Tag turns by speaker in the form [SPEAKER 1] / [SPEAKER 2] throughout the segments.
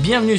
[SPEAKER 1] Bienvenue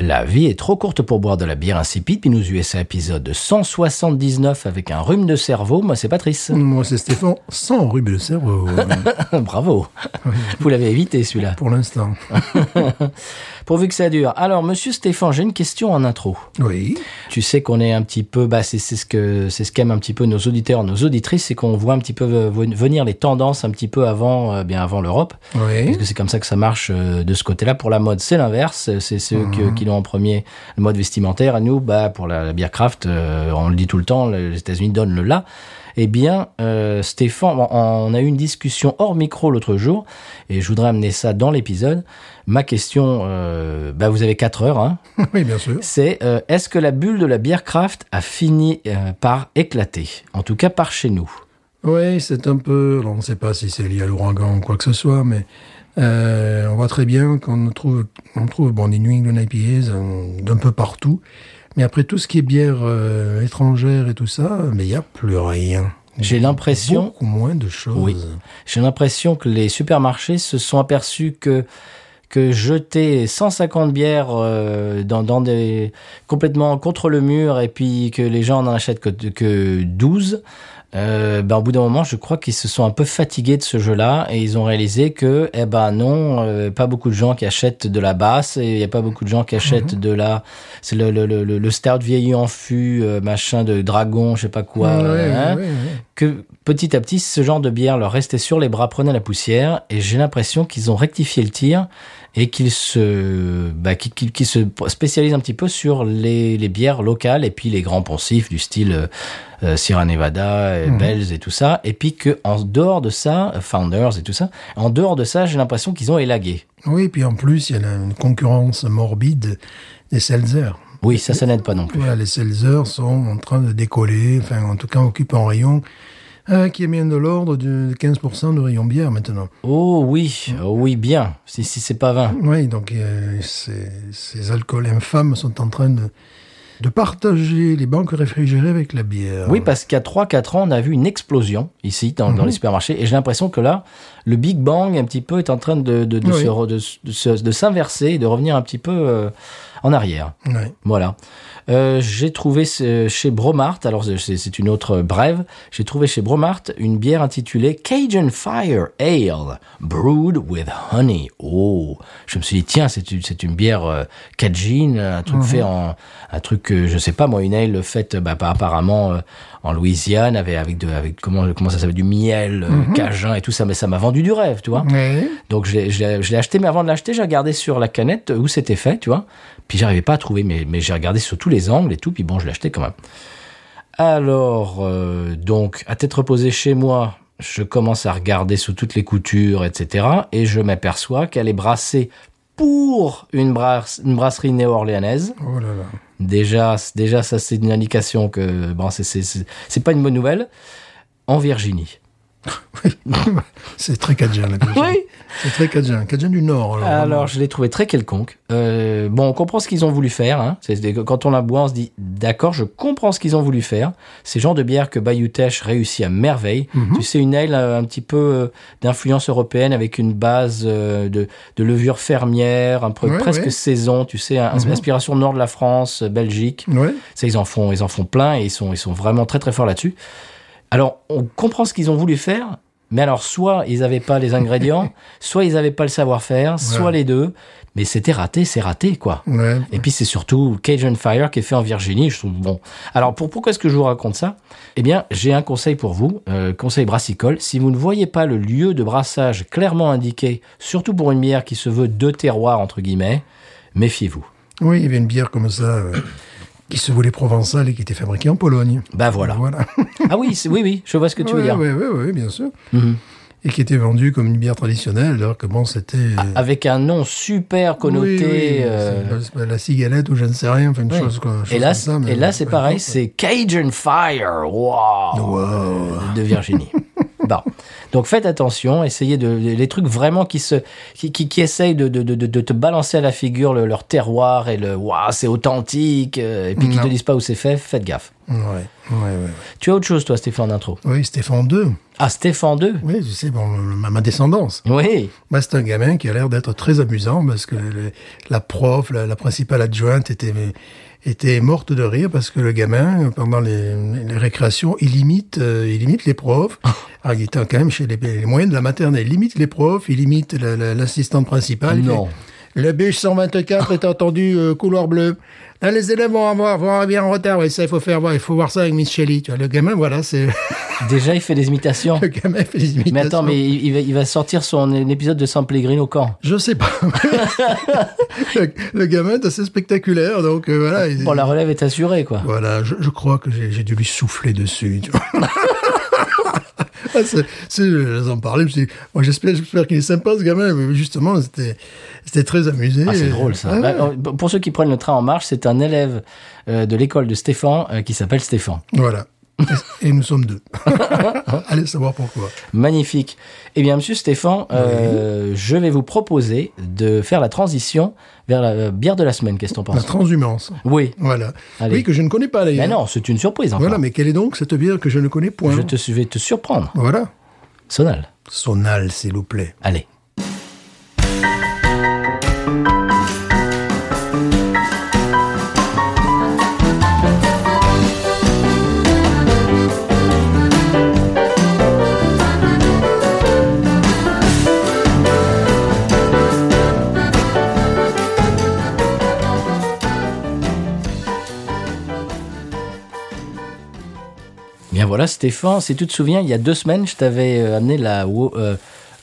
[SPEAKER 1] La vie est trop courte pour boire de la bière insipide. Binous USA épisode 179 avec un rhume de cerveau. Moi, c'est Patrice.
[SPEAKER 2] Moi, c'est Stéphane, sans rubis de cerveau, euh,
[SPEAKER 1] Bravo. Vous l'avez évité celui-là.
[SPEAKER 2] pour l'instant.
[SPEAKER 1] Pourvu que ça dure. Alors, monsieur Stéphane, j'ai une question en intro.
[SPEAKER 2] Oui.
[SPEAKER 1] Tu sais qu'on est un petit peu, bah c'est c'est ce que c'est ce qu'aiment un petit peu nos auditeurs, nos auditrices, c'est qu'on voit un petit peu euh, ven- venir les tendances un petit peu avant, euh, bien avant l'Europe,
[SPEAKER 2] Oui.
[SPEAKER 1] parce que c'est comme ça que ça marche euh, de ce côté-là. Pour la mode, c'est l'inverse, Euh, c'est ceux que- qui l'ont en premier, le mode vestimentaire. Et nous, bah pour la, la bière craft, euh, on le dit tout le temps, le- les États-Unis donnent le là. Eh bien, euh, Stéphane, on- on a eu une discussion hors micro l'autre jour, et je voudrais amener ça dans l'épisode. Ma question, euh, bah vous avez 4 heures, hein,
[SPEAKER 2] Oui, bien sûr.
[SPEAKER 1] c'est euh, est-ce que la bulle de la bière craft a fini euh, par éclater En tout cas, par chez nous.
[SPEAKER 2] Oui, c'est un peu. Alors, on ne sait pas si c'est lié à l'ouragan ou quoi que ce soit, mais euh, on voit très bien qu'on trouve, on trouve bon, des New England IPAs euh, d'un peu partout. Mais après tout ce qui est bière euh, étrangère et tout ça, mais il n'y a plus rien.
[SPEAKER 1] J'ai l'impression,
[SPEAKER 2] Beaucoup moins de choses.
[SPEAKER 1] Oui. j'ai l'impression que les supermarchés se sont aperçus que que jeter 150 bières euh, dans, dans des complètement contre le mur et puis que les gens n'en achètent que, que 12, euh, ben, au bout d'un moment, je crois qu'ils se sont un peu fatigués de ce jeu-là et ils ont réalisé que, eh ben non, euh, pas beaucoup de gens qui achètent de la basse et il n'y a pas beaucoup de gens
[SPEAKER 2] Mhm.
[SPEAKER 1] qui achètent de la, c'est le, le, le, le- le stout vieilli en fût, euh, machin de dragon, je sais pas quoi.
[SPEAKER 2] Ouais,
[SPEAKER 1] hein
[SPEAKER 2] ouais, ouais, ouais.
[SPEAKER 1] que petit à petit, ce genre de bière leur restait sur les bras, prenait la poussière, et j'ai l'impression qu'ils ont rectifié le tir et qu'ils se, bah, qu'ils- qu'ils- qu'ils se spécialisent un petit peu sur les, les bières locales et puis les grands pensifs du style euh, euh, Sierra Nevada, et
[SPEAKER 2] Mhm.
[SPEAKER 1] Bells et tout ça, et puis que en dehors de ça, euh, Founders et tout ça, en dehors de ça, j'ai l'impression qu'ils ont élagué.
[SPEAKER 2] Oui, puis en plus, il y a la- une concurrence morbide des Seltzer.
[SPEAKER 1] Oui, ça, ça n'aide pas non plus.
[SPEAKER 2] Voilà, les Seltzer sont en train de décoller, enfin en tout cas occupent un rayon euh, qui est bien de l'ordre de 15% de rayon bière maintenant.
[SPEAKER 1] Oh oui, oh oui, bien, si, si c'est pas 20.
[SPEAKER 2] Oui, donc euh, ces, ces alcools infâmes sont en train de, de partager les banques réfrigérées avec la bière.
[SPEAKER 1] Oui, parce qu'à 3-4 ans, on a vu une explosion ici, dans, dans les supermarchés, et j'ai l'impression que là, le Big Bang, un petit peu, est en train de, de, de
[SPEAKER 2] Oui.
[SPEAKER 1] se re- de s- de se- de s'inverser et de revenir un petit peu euh, en arrière.
[SPEAKER 2] Ouais.
[SPEAKER 1] Voilà. Euh, j'ai trouvé ce- chez Bromart, alors c'est- c'est c'est une autre euh, brève, j'ai trouvé chez Bromart une bière intitulée Cajun Fire Ale, brewed with honey. Oh, je me suis dit, tiens, c'est une, c'est une bière euh, Cajun, un truc fait en. Un truc, euh, je sais pas, moi, une ale faite bah, par- apparemment euh, en Louisiane, avec, avec, de, avec comment, comment ça s'appelle, du miel euh, Cajun et tout ça, mais ça m'a vendu du rêve, tu vois.
[SPEAKER 2] Ouais.
[SPEAKER 1] Donc je l'ai- je l'ai je l'ai acheté, mais avant de l'acheter, j'ai regardé sur la canette où c'était fait, tu vois. Puis j'arrivais pas à trouver, mais, mais j'ai regardé sur tous les angles et tout, puis bon, je l'ai acheté quand même. Alors, euh, donc, à tête reposée chez moi, je commence à regarder sous toutes les coutures, etc. Et je m'aperçois qu'elle est brassée pour une, brasse- une brasserie néo-orléanaise.
[SPEAKER 2] Oh là là.
[SPEAKER 1] Déjà, c- déjà ça c'est une indication que bon, c'est- c'est c'est- c'est pas une bonne nouvelle. En Virginie.
[SPEAKER 2] C'est très cadjan la Cajun. C'est très cadjan. Cadjan du Nord. Alors,
[SPEAKER 1] Alors, je l'ai trouvé très quelconque. Euh, bon, on comprend ce qu'ils ont voulu faire. Hein. C'est- c'est- quand on la boit, on se dit, d'accord, je comprends ce qu'ils ont voulu faire. C'est le genre de bière que Bayou Teche réussit à merveille.
[SPEAKER 2] Mhm. Mmh.
[SPEAKER 1] Tu sais, une aile euh, un petit peu euh, d'influence européenne avec une base euh, de, de levure fermière, un peu
[SPEAKER 2] Ouais,
[SPEAKER 1] presque
[SPEAKER 2] ouais.
[SPEAKER 1] saison, tu sais, un-
[SPEAKER 2] Mhm.
[SPEAKER 1] inspiration nord de la France, euh, Belgique.
[SPEAKER 2] Ouais.
[SPEAKER 1] Ça, ils en font, ils en font plein et ils sont, ils sont vraiment très très forts là-dessus. Alors, on comprend ce qu'ils ont voulu faire, mais alors soit ils n'avaient pas les ingrédients, soit ils n'avaient pas le savoir-faire, soit
[SPEAKER 2] Ouais.
[SPEAKER 1] les deux. Mais c'était raté, c'est raté quoi.
[SPEAKER 2] Ouais.
[SPEAKER 1] Et puis c'est surtout Cajun Fire qui est fait en Virginie. Je trouve bon. Alors pour, pourquoi est-ce que je vous raconte ça Eh bien, j'ai un conseil pour vous, euh, conseil brassicole. Si vous ne voyez pas le lieu de brassage clairement indiqué, surtout pour une bière qui se veut de terroir entre guillemets, méfiez-vous.
[SPEAKER 2] Oui, il y avait une bière comme ça euh, qui se voulait provençale et qui était fabriquée en Pologne.
[SPEAKER 1] Bah voilà.
[SPEAKER 2] Voilà.
[SPEAKER 1] Ah oui, c'est- oui, oui, je vois ce que tu veux
[SPEAKER 2] Ouais,
[SPEAKER 1] dire. Mhm.
[SPEAKER 2] ouais, ouais, ouais, bien sûr. et qui était vendue comme une bière traditionnelle, alors que bon, c'était... euh,
[SPEAKER 1] Avec un nom super Ah, connoté.
[SPEAKER 2] oui, oui,
[SPEAKER 1] euh,
[SPEAKER 2] c'est pas- la cigalette ou je ne sais rien, enfin une
[SPEAKER 1] oui.
[SPEAKER 2] chose, quoi,
[SPEAKER 1] et
[SPEAKER 2] chose
[SPEAKER 1] là,
[SPEAKER 2] comme ça, mais
[SPEAKER 1] et là
[SPEAKER 2] bon,
[SPEAKER 1] c'est
[SPEAKER 2] peu
[SPEAKER 1] pareil,
[SPEAKER 2] importe.
[SPEAKER 1] c'est Cajun Fire. Wow. Euh,
[SPEAKER 2] Wow.
[SPEAKER 1] de Virginie. bon. Donc faites attention, essayez de, les trucs vraiment qui se qui, qui, qui essayent de, de, de, de- de te balancer à la figure le- leur terroir et le waouh c'est authentique euh, et puis qui
[SPEAKER 2] Non.
[SPEAKER 1] te disent pas où c'est fait, faites gaffe.
[SPEAKER 2] Ouais, ouais, ouais, ouais.
[SPEAKER 1] Tu as autre chose toi Stéphane en intro
[SPEAKER 2] Oui, Stéphane II.
[SPEAKER 1] Ah Stéphane 2
[SPEAKER 2] Oui, tu sais, bon, le- ma, ma descendance.
[SPEAKER 1] Oui,
[SPEAKER 2] Bah, c'est un gamin qui a l'air d'être très amusant parce que le- la prof, la, la principale adjointe était, était morte de rire parce que le gamin, pendant les, les récréations, il imite, euh, il imite les profs. Alors, il était quand même chez les, les moyens de la maternelle. Il imite les profs, il imite la- la- l'assistante principale.
[SPEAKER 1] Non.
[SPEAKER 2] Il fait, Le bus 124 est entendu euh, couloir bleu. Là, les élèves vont avoir, vont arriver en retard. Et ça, il faut faire voir, il faut voir ça avec Miss Shelley. Tu vois, le gamin, voilà, c'est
[SPEAKER 1] déjà il fait des imitations.
[SPEAKER 2] le gamin fait des
[SPEAKER 1] mais attends,
[SPEAKER 2] imitations.
[SPEAKER 1] mais il, il va, il va sortir son épisode de San Pellegrino quand
[SPEAKER 2] Je sais pas. le, le gamin est assez spectaculaire, donc euh, voilà. il-
[SPEAKER 1] Bon, la relève est assurée quoi.
[SPEAKER 2] Voilà, je, je crois que j'ai j'ai dû lui souffler dessus. tu vois. Ah, c'est- c'est- je les en parlais, je me suis dit, moi, j'espère j'espère qu'il est sympa ce gamin, mais justement, c'était c'était très amusé.
[SPEAKER 1] Ah, c'est drôle ça.
[SPEAKER 2] Ouais,
[SPEAKER 1] Bah, euh, pour ceux qui prennent le train en marche, c'est un élève euh, de l'école de Stéphane euh, qui s'appelle Stéphane.
[SPEAKER 2] Voilà. Et, et nous sommes deux. Allez savoir pourquoi.
[SPEAKER 1] Magnifique. Eh bien, monsieur Stéphane, euh, je vais vous proposer de faire la transition vers la euh, bière de la semaine. Qu'est-ce que t'en
[SPEAKER 2] La
[SPEAKER 1] penses
[SPEAKER 2] transhumance.
[SPEAKER 1] Oui.
[SPEAKER 2] Voilà.
[SPEAKER 1] Allez.
[SPEAKER 2] Oui, que je ne connais pas d'ailleurs.
[SPEAKER 1] Mais non, c'est une surprise encore.
[SPEAKER 2] Voilà, mais quelle est donc cette bière que je ne connais point
[SPEAKER 1] Je te, je vais te surprendre.
[SPEAKER 2] Voilà.
[SPEAKER 1] Sonal.
[SPEAKER 2] Sonal, s'il vous plaît.
[SPEAKER 1] Allez. Bien voilà, Stéphane, si tu te souviens, il y a deux semaines, je t'avais euh, amené la Wo- euh,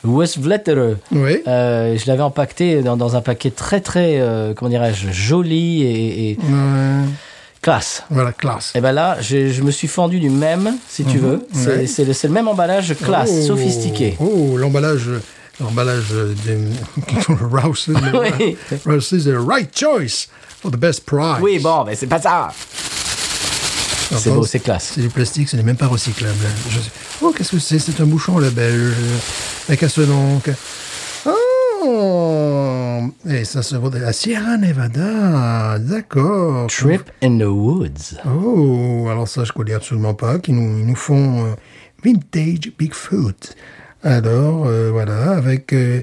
[SPEAKER 1] Westvleteren.
[SPEAKER 2] Oui.
[SPEAKER 1] Euh, je l'avais empaqueté dans, dans un paquet très très, euh, comment dirais-je, joli et, et
[SPEAKER 2] Mm.
[SPEAKER 1] Euh,
[SPEAKER 2] Ouais.
[SPEAKER 1] classe.
[SPEAKER 2] Voilà, classe.
[SPEAKER 1] Et ben là, je, je me suis fendu du même, si tu veux. C'est
[SPEAKER 2] Mm-hmm. ouais.
[SPEAKER 1] c'est le, c'est le même emballage classe,
[SPEAKER 2] Oh.
[SPEAKER 1] sophistiqué.
[SPEAKER 2] Oh, l'emballage. L'emballage de Rouse
[SPEAKER 1] Oui.
[SPEAKER 2] Rouse is the right choice for the best price.
[SPEAKER 1] Oui, bon, mais c'est pas ça.
[SPEAKER 2] Ah
[SPEAKER 1] C'est beau, c'est classe.
[SPEAKER 2] C'est du plastique, ce n'est même pas recyclable. Je sais- Oh, qu'est-ce que c'est C'est un bouchon, le belge. Mais qu'est-ce donc Oh Et ça se vend à Sierra Nevada. D'accord.
[SPEAKER 1] Trip in the Woods.
[SPEAKER 2] Oh, alors ça, je connais absolument pas. Qui nous, ils nous font euh, Vintage Bigfoot. Alors, euh, voilà, avec. euh,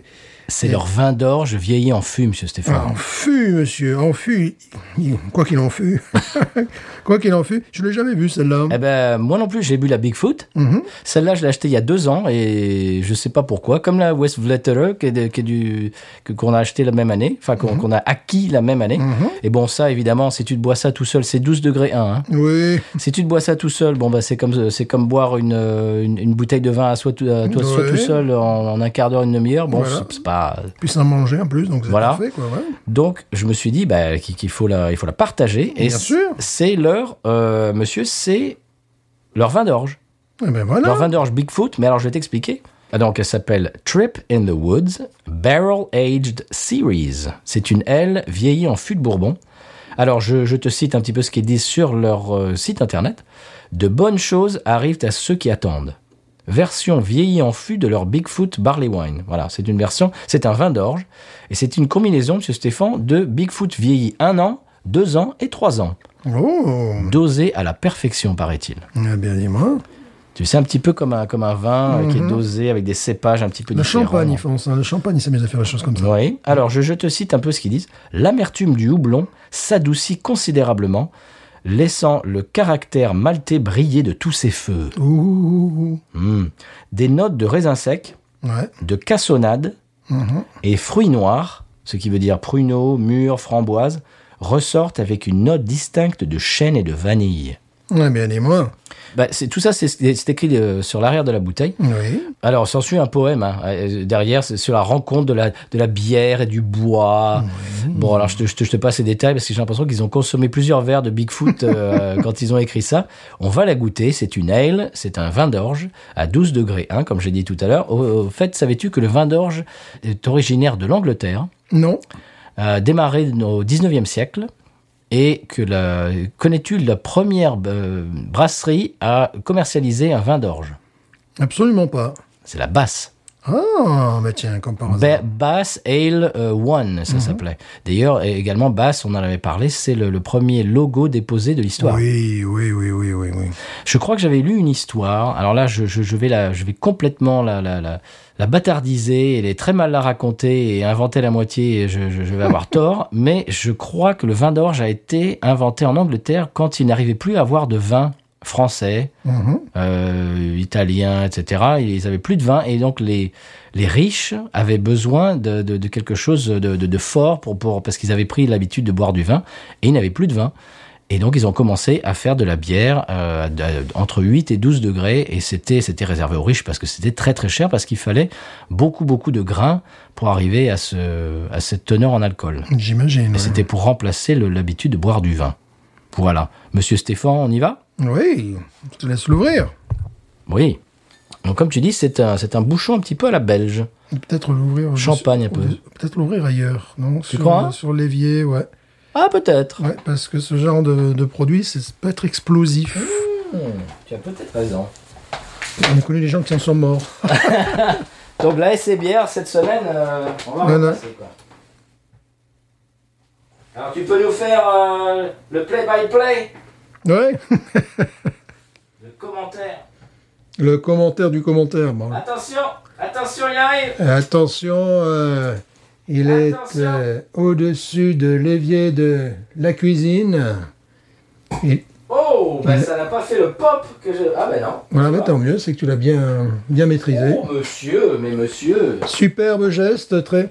[SPEAKER 1] C'est leur vin d'orge vieilli en fût, monsieur
[SPEAKER 2] Ah,
[SPEAKER 1] Stéphane.
[SPEAKER 2] En fût, monsieur, en fût. Il- Quoi qu'il en fût. Quoi qu'il en fût, je l'ai jamais vu celle-là. Mhm.
[SPEAKER 1] Eh ben, moi non plus, j'ai bu la Bigfoot. Celle-là, je l'ai achetée il y a deux ans et je sais pas pourquoi. Comme la West Vletterer, qui est de- qui est du- que- qu'on a acheté la même année, enfin,
[SPEAKER 2] Mhm.
[SPEAKER 1] qu'on qu'on a acquis la même année. Et bon, ça, évidemment, si tu te bois ça tout seul, c'est 12 degrés 1. hein.
[SPEAKER 2] Oui,
[SPEAKER 1] Si tu te bois ça tout seul, bon, bah, c'est comme, c'est comme boire une, euh, une, une bouteille de vin à soi, tout- à toi, soit
[SPEAKER 2] Ouais.
[SPEAKER 1] tout seul en, en un quart d'heure, une demi-heure. Bon,
[SPEAKER 2] Voilà.
[SPEAKER 1] c'est- c'est pas.
[SPEAKER 2] puis sans manger en plus, donc c'est
[SPEAKER 1] Voilà.
[SPEAKER 2] parfait, quoi. ouais.
[SPEAKER 1] Donc, je me suis dit bah, qu'il qu'il faut la, il faut la partager. Et
[SPEAKER 2] Bien sûr.
[SPEAKER 1] C'est leur, euh, monsieur, c'est leur vin d'orge.
[SPEAKER 2] Eh ben voilà.
[SPEAKER 1] Leur vin d'orge Bigfoot, mais alors je vais t'expliquer. Ah, Donc, elle s'appelle Trip in the Woods Barrel Aged Series. C'est une aile vieillie en fût de Bourbon. Alors, je, je te cite un petit peu ce qu'ils disent sur leur euh, site internet. De bonnes choses arrivent à ceux qui attendent. Version vieillie en fût de leur Bigfoot Barley Wine. Voilà, c'est une version, c'est un vin d'orge. Et c'est une combinaison, monsieur Stéphane, de Bigfoot vieilli un an, deux ans et trois ans.
[SPEAKER 2] Oh,
[SPEAKER 1] Dosé à la perfection, paraît-il.
[SPEAKER 2] eh bien dis-moi.
[SPEAKER 1] Tu sais, un petit peu comme un, comme un vin euh, qui est dosé avec des cépages un petit peu
[SPEAKER 2] Mhm. Le
[SPEAKER 1] différents.
[SPEAKER 2] champagne, ils font ça. Le champagne, ils s'amusent à faire des choses comme ça.
[SPEAKER 1] Oui. Alors, je, je te cite un peu ce qu'ils disent. L'amertume du houblon s'adoucit considérablement, laissant le caractère maltais briller de tous ses feux.
[SPEAKER 2] Ouh, Ouh,
[SPEAKER 1] Hmm. Des notes de raisin sec,
[SPEAKER 2] ouh. ouais.
[SPEAKER 1] de cassonade
[SPEAKER 2] Mhm.
[SPEAKER 1] et fruits noirs, ce qui veut dire pruneaux, mûres, framboises, ressortent avec une note distincte de chêne et de vanille.
[SPEAKER 2] Eh bien dis-moi.
[SPEAKER 1] Bah, c'est, tout ça, c'est, c'est écrit euh, sur l'arrière de la bouteille.
[SPEAKER 2] Oui.
[SPEAKER 1] Alors, s'en suit un poème. hein. Euh, Derrière, c'est sur la rencontre de la, de la bière et du bois. Bon, alors, je te, je te- je te passe les détails parce que j'ai l'impression qu'ils ont consommé plusieurs verres de Bigfoot euh, quand ils ont écrit ça. On va la goûter. C'est une ale. C'est un vin d'orge à 12 degrés 1, comme j'ai dit tout à l'heure. Au, au fait, savais-tu que le vin d'orge est originaire de l'Angleterre,
[SPEAKER 2] Non.
[SPEAKER 1] euh, démarré au 19e siècle et que la, connais-tu la première euh, brasserie à commercialiser un vin d'orge
[SPEAKER 2] Absolument pas.
[SPEAKER 1] C'est la basse.
[SPEAKER 2] Ah, bah tiens, comme par
[SPEAKER 1] Ba-
[SPEAKER 2] hasard.
[SPEAKER 1] Bass Ale euh, One, ça s'appelait. D'ailleurs, et également Bass, on en avait parlé, c'est le, le premier logo déposé de l'histoire.
[SPEAKER 2] Oui, oui, oui, oui, oui, oui.
[SPEAKER 1] Je crois que j'avais lu une histoire. Alors là, je, je- je vais la, je vais complètement la, la, la, la bâtardiser. Elle est très mal la raconter et inventer la moitié. Et je, je- je vais avoir tort. Mais je crois que le vin d'orge a été inventé en Angleterre quand il n'arrivait plus à avoir de vin français,
[SPEAKER 2] Mhm.
[SPEAKER 1] euh, italien, etc. Ils avaient plus de vin et donc les les riches avaient besoin de, de, de quelque chose de, de, de fort pour, pour parce qu'ils avaient pris l'habitude de boire du vin et ils n'avaient plus de vin. Et donc ils ont commencé à faire de la bière euh, de- entre 8 et 12 degrés et c'était c'était réservé aux riches parce que c'était très très cher parce qu'il fallait beaucoup beaucoup de grains pour arriver à ce à cette teneur en alcool.
[SPEAKER 2] J'imagine.
[SPEAKER 1] Et c'était pour remplacer le- l'habitude de boire du vin. Voilà, Monsieur Stéphane, on y va
[SPEAKER 2] Oui, je te laisse l'ouvrir.
[SPEAKER 1] Oui. Donc, comme tu dis, c'est un, c'est un bouchon un petit peu à la belge.
[SPEAKER 2] Peut-être l'ouvrir.
[SPEAKER 1] Champagne, un peu.
[SPEAKER 2] Peut-être l'ouvrir ailleurs, non Sur,
[SPEAKER 1] crois
[SPEAKER 2] sur l'évier, ouais.
[SPEAKER 1] Ah, peut-être.
[SPEAKER 2] ouais. Parce que ce genre de, de produit, c'est pas être explosif.
[SPEAKER 1] Tu as peut-être raison.
[SPEAKER 2] On a connu les gens qui en sont morts.
[SPEAKER 1] Donc, la SC bière, cette semaine, euh, on va
[SPEAKER 2] Voilà.
[SPEAKER 1] repasser, quoi. Alors, tu peux nous faire euh, le play-by-play,
[SPEAKER 2] Ouais.
[SPEAKER 1] le commentaire.
[SPEAKER 2] Le commentaire du commentaire. bon.
[SPEAKER 1] Attention, attention, il arrive.
[SPEAKER 2] Attention, euh, il
[SPEAKER 1] Attention.
[SPEAKER 2] est euh, au-dessus de l'évier de la cuisine. Et,
[SPEAKER 1] Oh, ben, ça n'a pas fait le pop que je. Ah, ben non.
[SPEAKER 2] voilà, bah, tant mieux, c'est que tu l'as bien, bien maîtrisé.
[SPEAKER 1] Oh, monsieur, mais monsieur.
[SPEAKER 2] Superbe geste, très.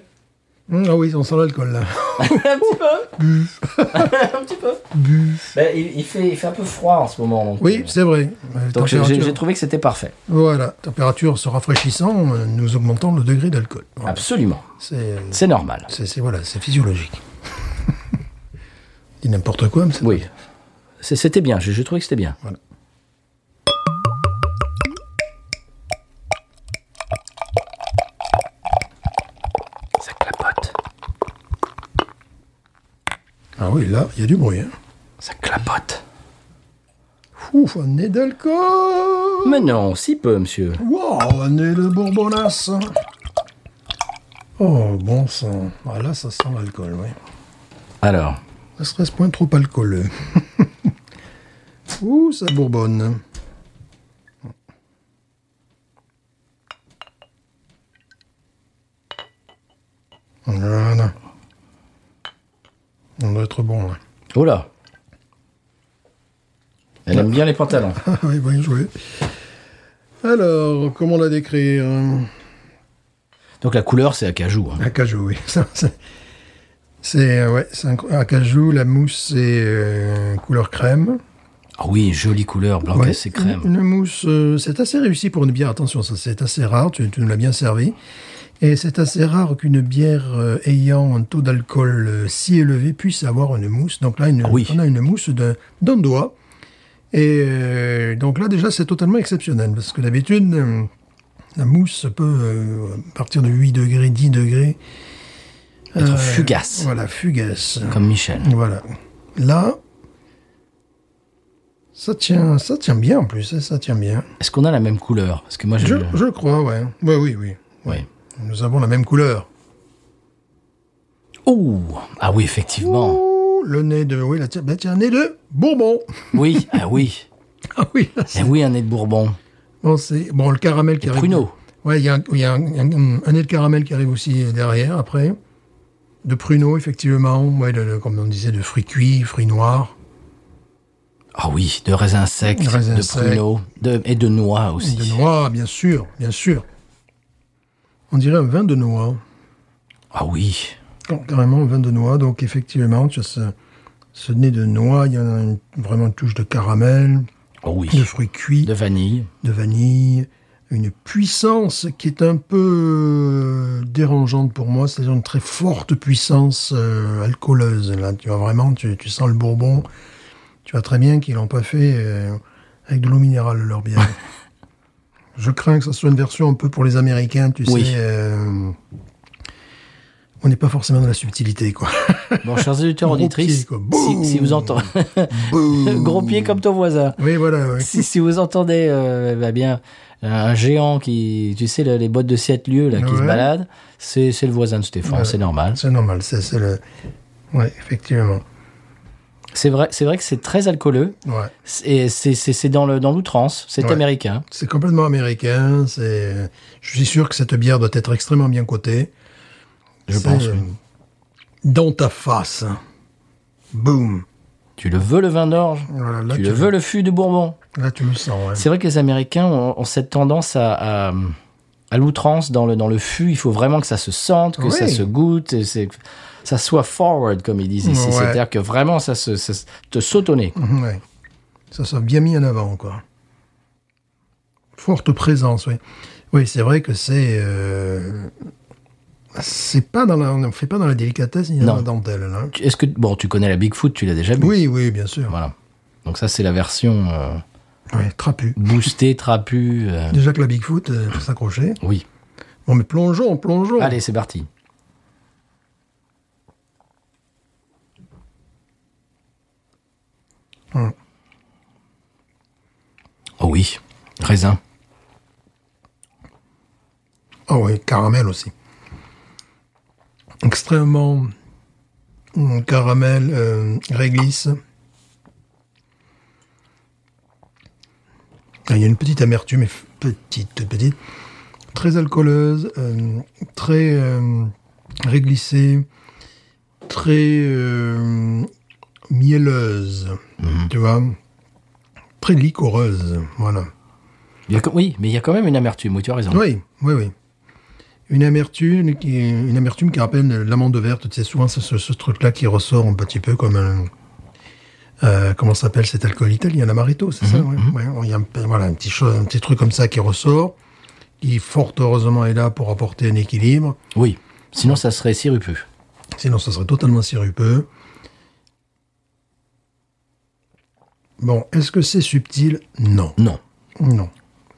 [SPEAKER 2] Hum, Ah oui, on sent l'alcool là.
[SPEAKER 1] un petit peu. un petit peu. Ben, il, il fait, il fait un peu froid en ce moment. donc,
[SPEAKER 2] Oui,
[SPEAKER 1] euh,
[SPEAKER 2] c'est vrai. Euh,
[SPEAKER 1] Donc j'ai- j'ai
[SPEAKER 2] température-
[SPEAKER 1] j'ai trouvé que c'était parfait.
[SPEAKER 2] Voilà, température se rafraîchissant, euh, nous augmentons le degré d'alcool. Voilà.
[SPEAKER 1] Absolument.
[SPEAKER 2] C'est euh,
[SPEAKER 1] C'est normal.
[SPEAKER 2] c'est- c'est- voilà, c'est physiologique. Dis n'importe quoi, mais c'est-
[SPEAKER 1] Oui. C'est- C'était bien. J'ai j'ai trouvé que c'était bien.
[SPEAKER 2] Voilà.
[SPEAKER 1] Ça clapote.
[SPEAKER 2] Ah oui, là, il y a du bruit. Hein.
[SPEAKER 1] Ça clapote.
[SPEAKER 2] Ouf, un nez d'alcool
[SPEAKER 1] Mais non, si peu, monsieur.
[SPEAKER 2] Wow, un nez de bourbonnasse Oh, bon sang. Ah là, ça sent l'alcool, oui.
[SPEAKER 1] Alors,
[SPEAKER 2] Ça serait ce point trop alcooleux. Ouh, ça bourbonne. Voilà. On doit être bon, là.
[SPEAKER 1] oh là. Elle aime bien les pantalons.
[SPEAKER 2] Ah oui, bien joué. Alors, comment la décrire
[SPEAKER 1] Donc la couleur, c'est acajou. hein.
[SPEAKER 2] Acajou, oui. Ça, c'est- C'est euh, ouais, c'est un cou- acajou, la mousse est euh, couleur crème.
[SPEAKER 1] Ah oui, jolie couleur, blanc
[SPEAKER 2] Ouais,
[SPEAKER 1] et c'est crème.
[SPEAKER 2] Une, une mousse, euh, c'est assez réussi pour une bière. Attention, ça c'est assez rare. Tu, tu nous l'as bien servi. Et c'est assez rare qu'une bière euh, ayant un taux d'alcool euh, si élevé puisse avoir une mousse. Donc là, une-
[SPEAKER 1] Ah oui.
[SPEAKER 2] on a une mousse d'un d'un doigt. Et euh, donc là, déjà, c'est totalement exceptionnel parce que d'habitude, euh, la mousse peut euh, partir de 8 degrés, 10 degrés. Euh,
[SPEAKER 1] Être fugace,
[SPEAKER 2] Voilà, fugace.
[SPEAKER 1] comme Michel.
[SPEAKER 2] Voilà. Là, ça tient, ça tient bien en plus, hein, ça tient bien.
[SPEAKER 1] Est-ce qu'on a la même couleur Parce que moi,
[SPEAKER 2] Je,
[SPEAKER 1] je...
[SPEAKER 2] je crois, ouais. Oui, oui, oui.
[SPEAKER 1] Oui.
[SPEAKER 2] Nous avons la même couleur.
[SPEAKER 1] Ouh Ah oui, effectivement.
[SPEAKER 2] Ouh, le nez de, oui, la tiens, ben, tiens, un nez de bonbon.
[SPEAKER 1] Oui, ah oui.
[SPEAKER 2] Ah oui, là,
[SPEAKER 1] Eh
[SPEAKER 2] c'est-
[SPEAKER 1] oui, un nez de Bourbon.
[SPEAKER 2] bon, c'est bon, le caramel qui arrive.
[SPEAKER 1] pruneaux.
[SPEAKER 2] Ouais, il y a, un, il y a un- un- un nez de caramel qui arrive aussi derrière après. De pruneaux, effectivement. Ouais, de- de- comme on disait, de fruits cuits, fruits noirs.
[SPEAKER 1] Ah oui, de raisins secs,
[SPEAKER 2] De raisins
[SPEAKER 1] de
[SPEAKER 2] secs.
[SPEAKER 1] pruneaux de- et de noix aussi.
[SPEAKER 2] De noix, bien sûr, bien sûr. On dirait un vin de noix.
[SPEAKER 1] Ah oui.
[SPEAKER 2] Bon, carrément, vin de noix. Donc, effectivement, tu as ce, ce nez de noix. Il y en a une- vraiment une touche de caramel.
[SPEAKER 1] Oh oui.
[SPEAKER 2] de fruits cuits,
[SPEAKER 1] De vanille.
[SPEAKER 2] de vanille, une puissance qui est un peu euh, dérangeante pour moi, c'est-à-dire une très forte puissance euh, alcooleuse. Là, tu vois vraiment, tu, tu sens le bourbon. Tu vois très bien qu'ils l'ont pas fait euh, avec de l'eau minérale leur bière. Je crains que ça soit une version un peu pour les Américains, tu
[SPEAKER 1] Oui.
[SPEAKER 2] sais. euh, on n'est pas forcément dans la subtilité, quoi.
[SPEAKER 1] Bon, chers auditeurs,
[SPEAKER 2] Gros
[SPEAKER 1] auditrices,
[SPEAKER 2] pied, quoi.
[SPEAKER 1] si,
[SPEAKER 2] Boum
[SPEAKER 1] si vous entendez... Gros pied comme ton voisin.
[SPEAKER 2] Oui, voilà. ouais.
[SPEAKER 1] Si, si vous entendez euh, bah bien un géant qui... Tu sais, le- les bottes de 7 lieues là, qui se
[SPEAKER 2] Ouais.
[SPEAKER 1] baladent, c'est c'est le voisin de Stéphane,
[SPEAKER 2] Ouais.
[SPEAKER 1] c'est normal.
[SPEAKER 2] C'est normal, c'est c'est le. Ouais, effectivement.
[SPEAKER 1] C'est vrai, c'est vrai que c'est très alcooleux.
[SPEAKER 2] Ouais.
[SPEAKER 1] Et c'est- c'est c'est dans le- dans l'outrance, c'est
[SPEAKER 2] Ouais.
[SPEAKER 1] américain.
[SPEAKER 2] C'est complètement américain. C'est, je suis sûr que cette bière doit être extrêmement bien cotée.
[SPEAKER 1] Je
[SPEAKER 2] C'est, euh,
[SPEAKER 1] pense, oui.
[SPEAKER 2] Dans ta face. Boum.
[SPEAKER 1] Tu le veux le vin d'orge
[SPEAKER 2] Voilà, là,
[SPEAKER 1] Tu le veux le fût de Bourbon
[SPEAKER 2] Là, tu le sens. hein. ouais.
[SPEAKER 1] C'est vrai que les Américains ont, ont cette tendance à, à, à l'outrance dans le, dans le fût. Il faut vraiment que ça se sente, que
[SPEAKER 2] Oui.
[SPEAKER 1] ça se goûte, et c'est- ça soit forward, comme ils disent ici.
[SPEAKER 2] Ouais.
[SPEAKER 1] C'est-à-dire que vraiment, ça, se, ça se- te sautonner.
[SPEAKER 2] Mhm, ouais. Ça sort bien mis en avant, quoi. Forte présence, oui. Oui, c'est vrai que c'est. euh, C'est pas dans la. On ne fait pas dans la délicatesse ni dans
[SPEAKER 1] Non.
[SPEAKER 2] la dentelle, là.
[SPEAKER 1] Tu- Est-ce que bon, tu connais la Bigfoot, tu l'as déjà bu.
[SPEAKER 2] Oui, oui, bien sûr.
[SPEAKER 1] Voilà. Donc ça, c'est la version euh,
[SPEAKER 2] Ouais, trapu.
[SPEAKER 1] boostée, trapue. euh,
[SPEAKER 2] Déjà que la Bigfoot, euh, faut s'accrocher.
[SPEAKER 1] Oui.
[SPEAKER 2] Bon, mais plongeons, plongeons.
[SPEAKER 1] Allez, c'est parti.
[SPEAKER 2] Hum.
[SPEAKER 1] Mm. Oh oui, raisin.
[SPEAKER 2] Ah oui, caramel aussi. Extrêmement mm, caramel, euh, réglisse. Ah, Il y a une petite amertume, mais f- petite, petite. Très alcooleuse, euh, très euh, réglissée, très euh, mielleuse, tu vois. Très liquoreuse, voilà.
[SPEAKER 1] Il y a, quand- oui, mais il y a quand même une amertume, oui, tu as raison.
[SPEAKER 2] Oui, oui, oui. Une amertume qui, une amertume qui rappelle l'amande verte. C'est souvent ce, ce- ce truc-là qui ressort un petit peu comme un. euh, comment s'appelle cet alcool italien L'amaretto, c'est ça ouais. Ouais, Il y a un, peu- voilà, un, petit chose, un petit truc comme ça qui ressort, qui fort heureusement est là pour apporter un équilibre.
[SPEAKER 1] Oui, sinon ça serait sirupeux.
[SPEAKER 2] Sinon, ça serait totalement sirupeux. Bon, est-ce que c'est subtil Non.
[SPEAKER 1] Non.
[SPEAKER 2] Non,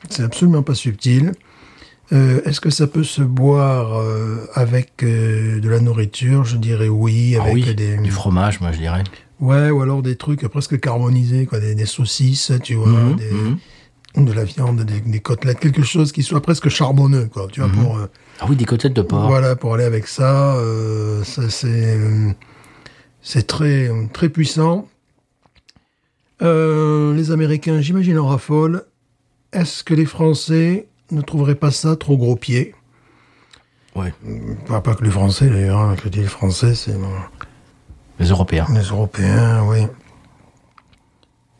[SPEAKER 2] c'est absolument pas subtil. Euh, Est-ce que ça peut se boire euh, avec euh, de la nourriture Je dirais oui,
[SPEAKER 1] Ah
[SPEAKER 2] avec
[SPEAKER 1] oui,
[SPEAKER 2] des
[SPEAKER 1] du fromage, moi je dirais.
[SPEAKER 2] ouais, ou alors des trucs presque carbonisés, quoi, des, des saucisses, tu vois,
[SPEAKER 1] Mhm,
[SPEAKER 2] des-
[SPEAKER 1] mhm.
[SPEAKER 2] de la viande, des, des côtelettes, quelque chose qui soit presque charbonneux, quoi. Tu vois, pour euh,
[SPEAKER 1] Ah oui, des côtelettes de porc.
[SPEAKER 2] voilà, pour aller avec ça, euh, ça, c'est euh, c'est très très puissant. Euh, les Américains, j'imagine, en raffolent. Est-ce que les Français ne trouveraient pas ça trop gros pied
[SPEAKER 1] Ouais.
[SPEAKER 2] pas, pas que les Français d'ailleurs, hein, que les Français, c'est euh,
[SPEAKER 1] Les Européens.
[SPEAKER 2] les Européens, oui.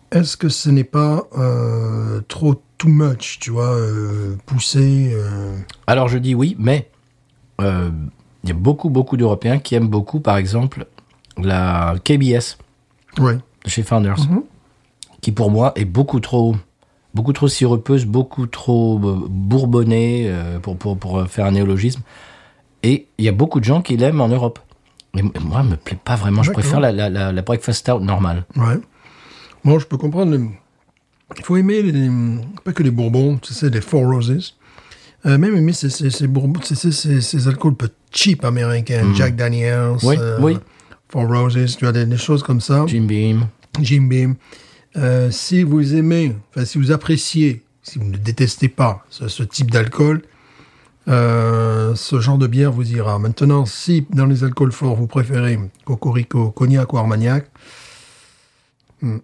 [SPEAKER 2] Est-ce que ce n'est pas euh, trop too much, tu vois, euh, poussé euh,
[SPEAKER 1] Alors je dis oui, mais euh, il y a beaucoup, beaucoup d'Européens qui aiment beaucoup, par exemple, la KBS
[SPEAKER 2] Ouais.
[SPEAKER 1] de chez Founders,
[SPEAKER 2] Mhm.
[SPEAKER 1] qui pour moi est beaucoup trop, beaucoup trop sirupeuse, beaucoup trop euh, bourbonnée euh, pour, pour, pour euh, faire un néologisme. Et il y a beaucoup de gens qui l'aiment en Europe. Et m- moi, elle me plaît pas vraiment. Je
[SPEAKER 2] D'accord.
[SPEAKER 1] préfère la, la, la, la breakfast out normale.
[SPEAKER 2] Ouais. Moi, je peux comprendre. le- Il faut aimer les, pas que les bourbons, tu sais, les Four Roses. Euh, même aimer ces, ces, ces, bourbons, tu sais, ces, ces alcools peu cheap américains, Jack Daniels,
[SPEAKER 1] Hmm.
[SPEAKER 2] euh,
[SPEAKER 1] Oui, oui.
[SPEAKER 2] Four Roses, tu as des, des choses comme ça,
[SPEAKER 1] Jim Beam.
[SPEAKER 2] Jim Beam. Euh, si vous aimez, enfin, si vous appréciez, si vous ne détestez pas ce, ce type d'alcool, euh, ce genre de bière vous ira. Maintenant, si dans les alcools forts, vous préférez Cocorico, Cognac ou Armagnac, hmm,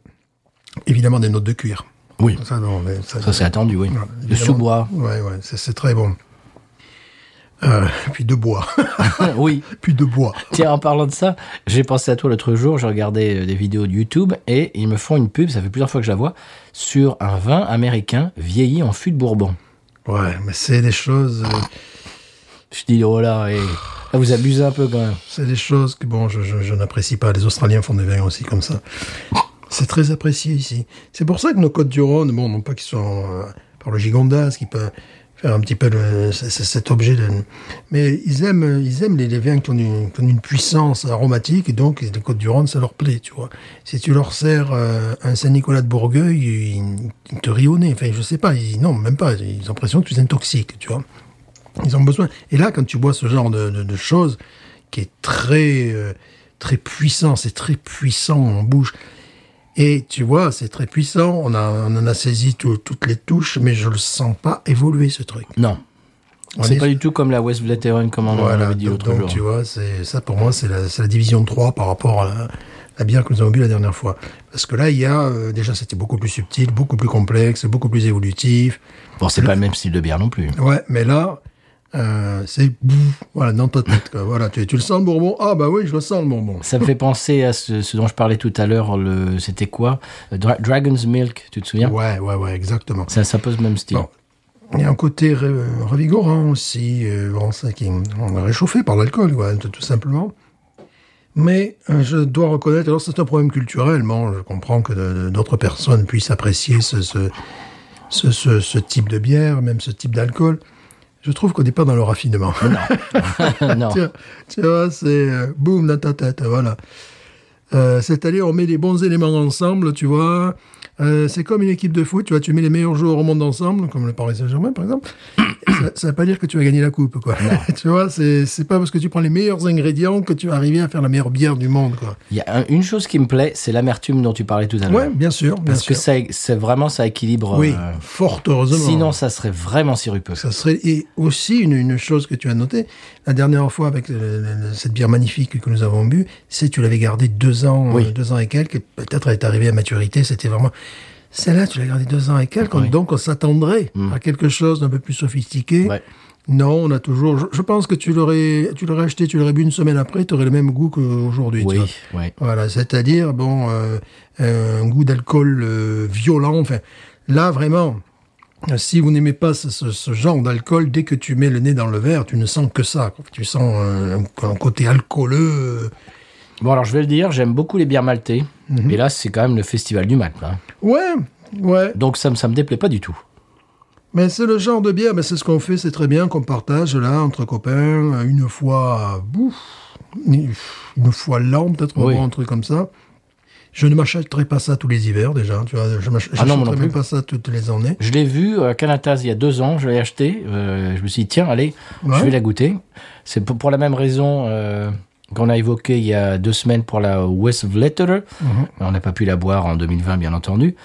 [SPEAKER 2] évidemment des notes de cuir.
[SPEAKER 1] Oui,
[SPEAKER 2] Ça, non, mais ça-
[SPEAKER 1] ça c'est attendu, oui.
[SPEAKER 2] voilà,
[SPEAKER 1] Le
[SPEAKER 2] évidemment.
[SPEAKER 1] sous-bois.
[SPEAKER 2] Ouais, ouais, c'est c'est très bon. Euh, puis de bois.
[SPEAKER 1] oui.
[SPEAKER 2] puis de bois.
[SPEAKER 1] Tiens, en parlant de ça, j'ai pensé à toi l'autre jour, je regardais euh, des vidéos de YouTube et ils me font une pub, ça fait plusieurs fois que je la vois, sur un vin américain vieilli en fût de Bourbon.
[SPEAKER 2] Ouais, mais c'est des choses. euh,
[SPEAKER 1] Je dis, oh là, eh, là, vous abusez un peu quand même.
[SPEAKER 2] C'est des choses que, bon, je, je- je n'apprécie pas. Les Australiens font des vins aussi comme ça. C'est très apprécié ici. C'est pour ça que nos côtes du Rhône, bon, non pas qu'ils sont euh, par le Gigondas, qui peut faire un petit peu le- c- c- cet objet, de- mais ils aiment, ils aiment les, les vins qui ont, une, qui ont une puissance aromatique, et donc les côtes du Rhône, ça leur plaît, tu vois. Si tu leur sers euh, un Saint-Nicolas de Bourgueil, ils, ils te rient au nez. Enfin, je sais pas, ils, non, même pas, ils ont l'impression que tu les intoxiques, tu vois. Ils ont besoin. Et là, quand tu bois ce genre de, de- de choses, qui est très, euh, très puissant, c'est très puissant en bouche. Et tu vois, c'est très puissant. On, a, on en a saisi tout- toutes les touches, mais je le sens pas évoluer ce truc.
[SPEAKER 1] Non.
[SPEAKER 2] On
[SPEAKER 1] C'est
[SPEAKER 2] est-
[SPEAKER 1] pas du tout comme la West Blatteren, comme on en
[SPEAKER 2] Voilà,
[SPEAKER 1] avait dit
[SPEAKER 2] donc,
[SPEAKER 1] l'autre jour.
[SPEAKER 2] tu vois, c'est ça pour moi, c'est la, c'est la division 3 par rapport à la, la bière que nous avons bu la dernière fois. Parce que là, il y a euh, déjà, c'était beaucoup plus subtil, beaucoup plus complexe, beaucoup plus évolutif.
[SPEAKER 1] Bon, c'est pas le même style de bière non plus.
[SPEAKER 2] Ouais, mais là, euh, c'est bouf, voilà dans ta tête. quoi. Voilà, tu, tu le sens le bourbon Ah bah oui, je le sens le bourbon.
[SPEAKER 1] Ça me fait penser à ce, ce dont je parlais tout à l'heure, le, c'était quoi Dra- Dragon's Milk, tu te souviens
[SPEAKER 2] Ouais, ouais, ouais, exactement.
[SPEAKER 1] ça, ça pose le même style.
[SPEAKER 2] Bon. Il y a un côté ré- revigorant aussi, euh, bon, ça qui on est réchauffé par l'alcool, quoi, tout, tout simplement. Mais euh, je dois reconnaître, alors c'est un problème culturel, bon, je comprends que de- de- d'autres personnes puissent apprécier ce, ce, ce, ce- ce type de bière, même ce type d'alcool. Je trouve qu'on n'est pas dans le raffinement.
[SPEAKER 1] non.
[SPEAKER 2] tu, vois- tu vois, c'est euh, boum dans ta tête, voilà. Euh, C'est-à-dire, on met les bons éléments ensemble, tu vois. Euh, c'est comme une équipe de foot, tu vois, tu mets les meilleurs joueurs au monde ensemble, comme le Paris Saint-Germain, par exemple. ça, ça veut pas dire que tu vas gagner la coupe, quoi. tu vois, c'est c'est pas parce que tu prends les meilleurs ingrédients que tu vas arriver à faire la meilleure bière du monde, quoi.
[SPEAKER 1] Il y a un- une chose qui me plaît, c'est l'amertume dont tu parlais tout à l'heure.
[SPEAKER 2] Ouais, bien sûr, bien
[SPEAKER 1] Parce que
[SPEAKER 2] sûr.
[SPEAKER 1] ça, c'est vraiment, ça équilibre.
[SPEAKER 2] oui,
[SPEAKER 1] euh,
[SPEAKER 2] fort heureusement.
[SPEAKER 1] sinon, ça serait vraiment sirupeux.
[SPEAKER 2] Ça serait et aussi une, une chose que tu as notée la dernière fois avec le- le- le- cette bière magnifique que nous avons bu, c'est que tu l'avais gardée deux ans,
[SPEAKER 1] Oui.
[SPEAKER 2] euh, deux ans et quelques. et Peut-être elle est arrivée à maturité. C'était vraiment celle-là. Tu l'as gardée deux ans et quelques.
[SPEAKER 1] Oui. Mm.
[SPEAKER 2] Donc on s'attendrait à quelque chose d'un peu plus sophistiqué.
[SPEAKER 1] Ouais.
[SPEAKER 2] Non, on a toujours. Je, je pense que tu l'aurais, tu l'aurais acheté, tu l'aurais bu une semaine après, tu aurais le même goût qu'aujourd'hui. tu
[SPEAKER 1] Oui,
[SPEAKER 2] vois.
[SPEAKER 1] ouais.
[SPEAKER 2] Voilà, c'est-à-dire bon euh, euh, un goût d'alcool euh, violent. Enfin, là vraiment, euh, si vous n'aimez pas ce, ce- ce genre d'alcool, dès que tu mets le nez dans le verre, tu ne sens que ça. quoi. Tu sens euh, un, un côté alcooleux. euh.
[SPEAKER 1] Bon, alors je vais le dire, j'aime beaucoup les bières maltées.
[SPEAKER 2] Mhm.
[SPEAKER 1] Et là, c'est quand même le festival du Malte. hein.
[SPEAKER 2] Ouais, ouais.
[SPEAKER 1] Donc ça, me- ça me déplaît pas du tout.
[SPEAKER 2] Mais c'est le genre de bière. Mais c'est ce qu'on fait, c'est très bien qu'on partage là entre copains euh, une fois, bouf, une une fois l'an peut-être on
[SPEAKER 1] Oui.
[SPEAKER 2] boit un truc comme ça. Je ne m'achèterai pas ça tous les hivers déjà. Tu vois, je m'ach-
[SPEAKER 1] Ah non, moi non
[SPEAKER 2] j'achèterai même
[SPEAKER 1] plus.
[SPEAKER 2] pas ça toutes les années.
[SPEAKER 1] Je l'ai vu à Canataz il y a deux ans, je l'ai acheté. euh, je me suis dit, tiens, allez,
[SPEAKER 2] Ouais.
[SPEAKER 1] je vais la goûter. C'est pour, pour la même raison euh, qu'on a évoqué il y a deux semaines pour la West Vletterer.
[SPEAKER 2] Mhm.
[SPEAKER 1] On n'a pas pu la boire en 2020, bien entendu.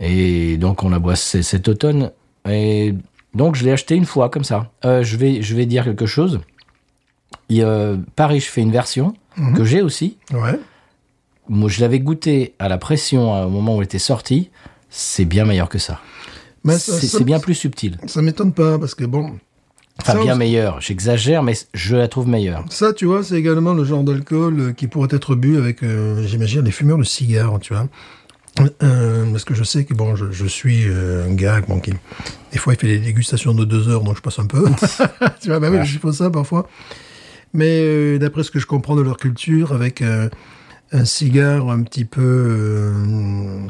[SPEAKER 1] Et donc, on la boit c- cet automne. Et donc, je l'ai acheté une fois, comme ça. Euh, je, vais, je vais dire quelque chose. Il, euh, Paris, je fais une version
[SPEAKER 2] Mhm.
[SPEAKER 1] que j'ai aussi.
[SPEAKER 2] Ouais.
[SPEAKER 1] Moi, je l'avais goûté à la pression euh, au moment où elle était sortie. C'est bien meilleur que ça.
[SPEAKER 2] Mais ça-
[SPEAKER 1] C'est
[SPEAKER 2] ça-
[SPEAKER 1] c'est bien plus subtil.
[SPEAKER 2] Ça m'étonne pas, parce que bon.
[SPEAKER 1] Enfin,
[SPEAKER 2] ça,
[SPEAKER 1] bien
[SPEAKER 2] on-
[SPEAKER 1] meilleure. J'exagère, mais je la trouve meilleure.
[SPEAKER 2] Ça, tu vois, c'est également le genre d'alcool euh, qui pourrait être bu avec, euh, j'imagine, les fumeurs de cigares, tu vois. Euh, parce que je sais que bon, je, je suis euh, un gars bon, qui des fois il fait des dégustations de deux heures, donc je passe un peu. tu vois, bah oui, je fais ça parfois. Mais euh, d'après ce que je comprends de leur culture, avec euh, un cigare un petit peu, euh,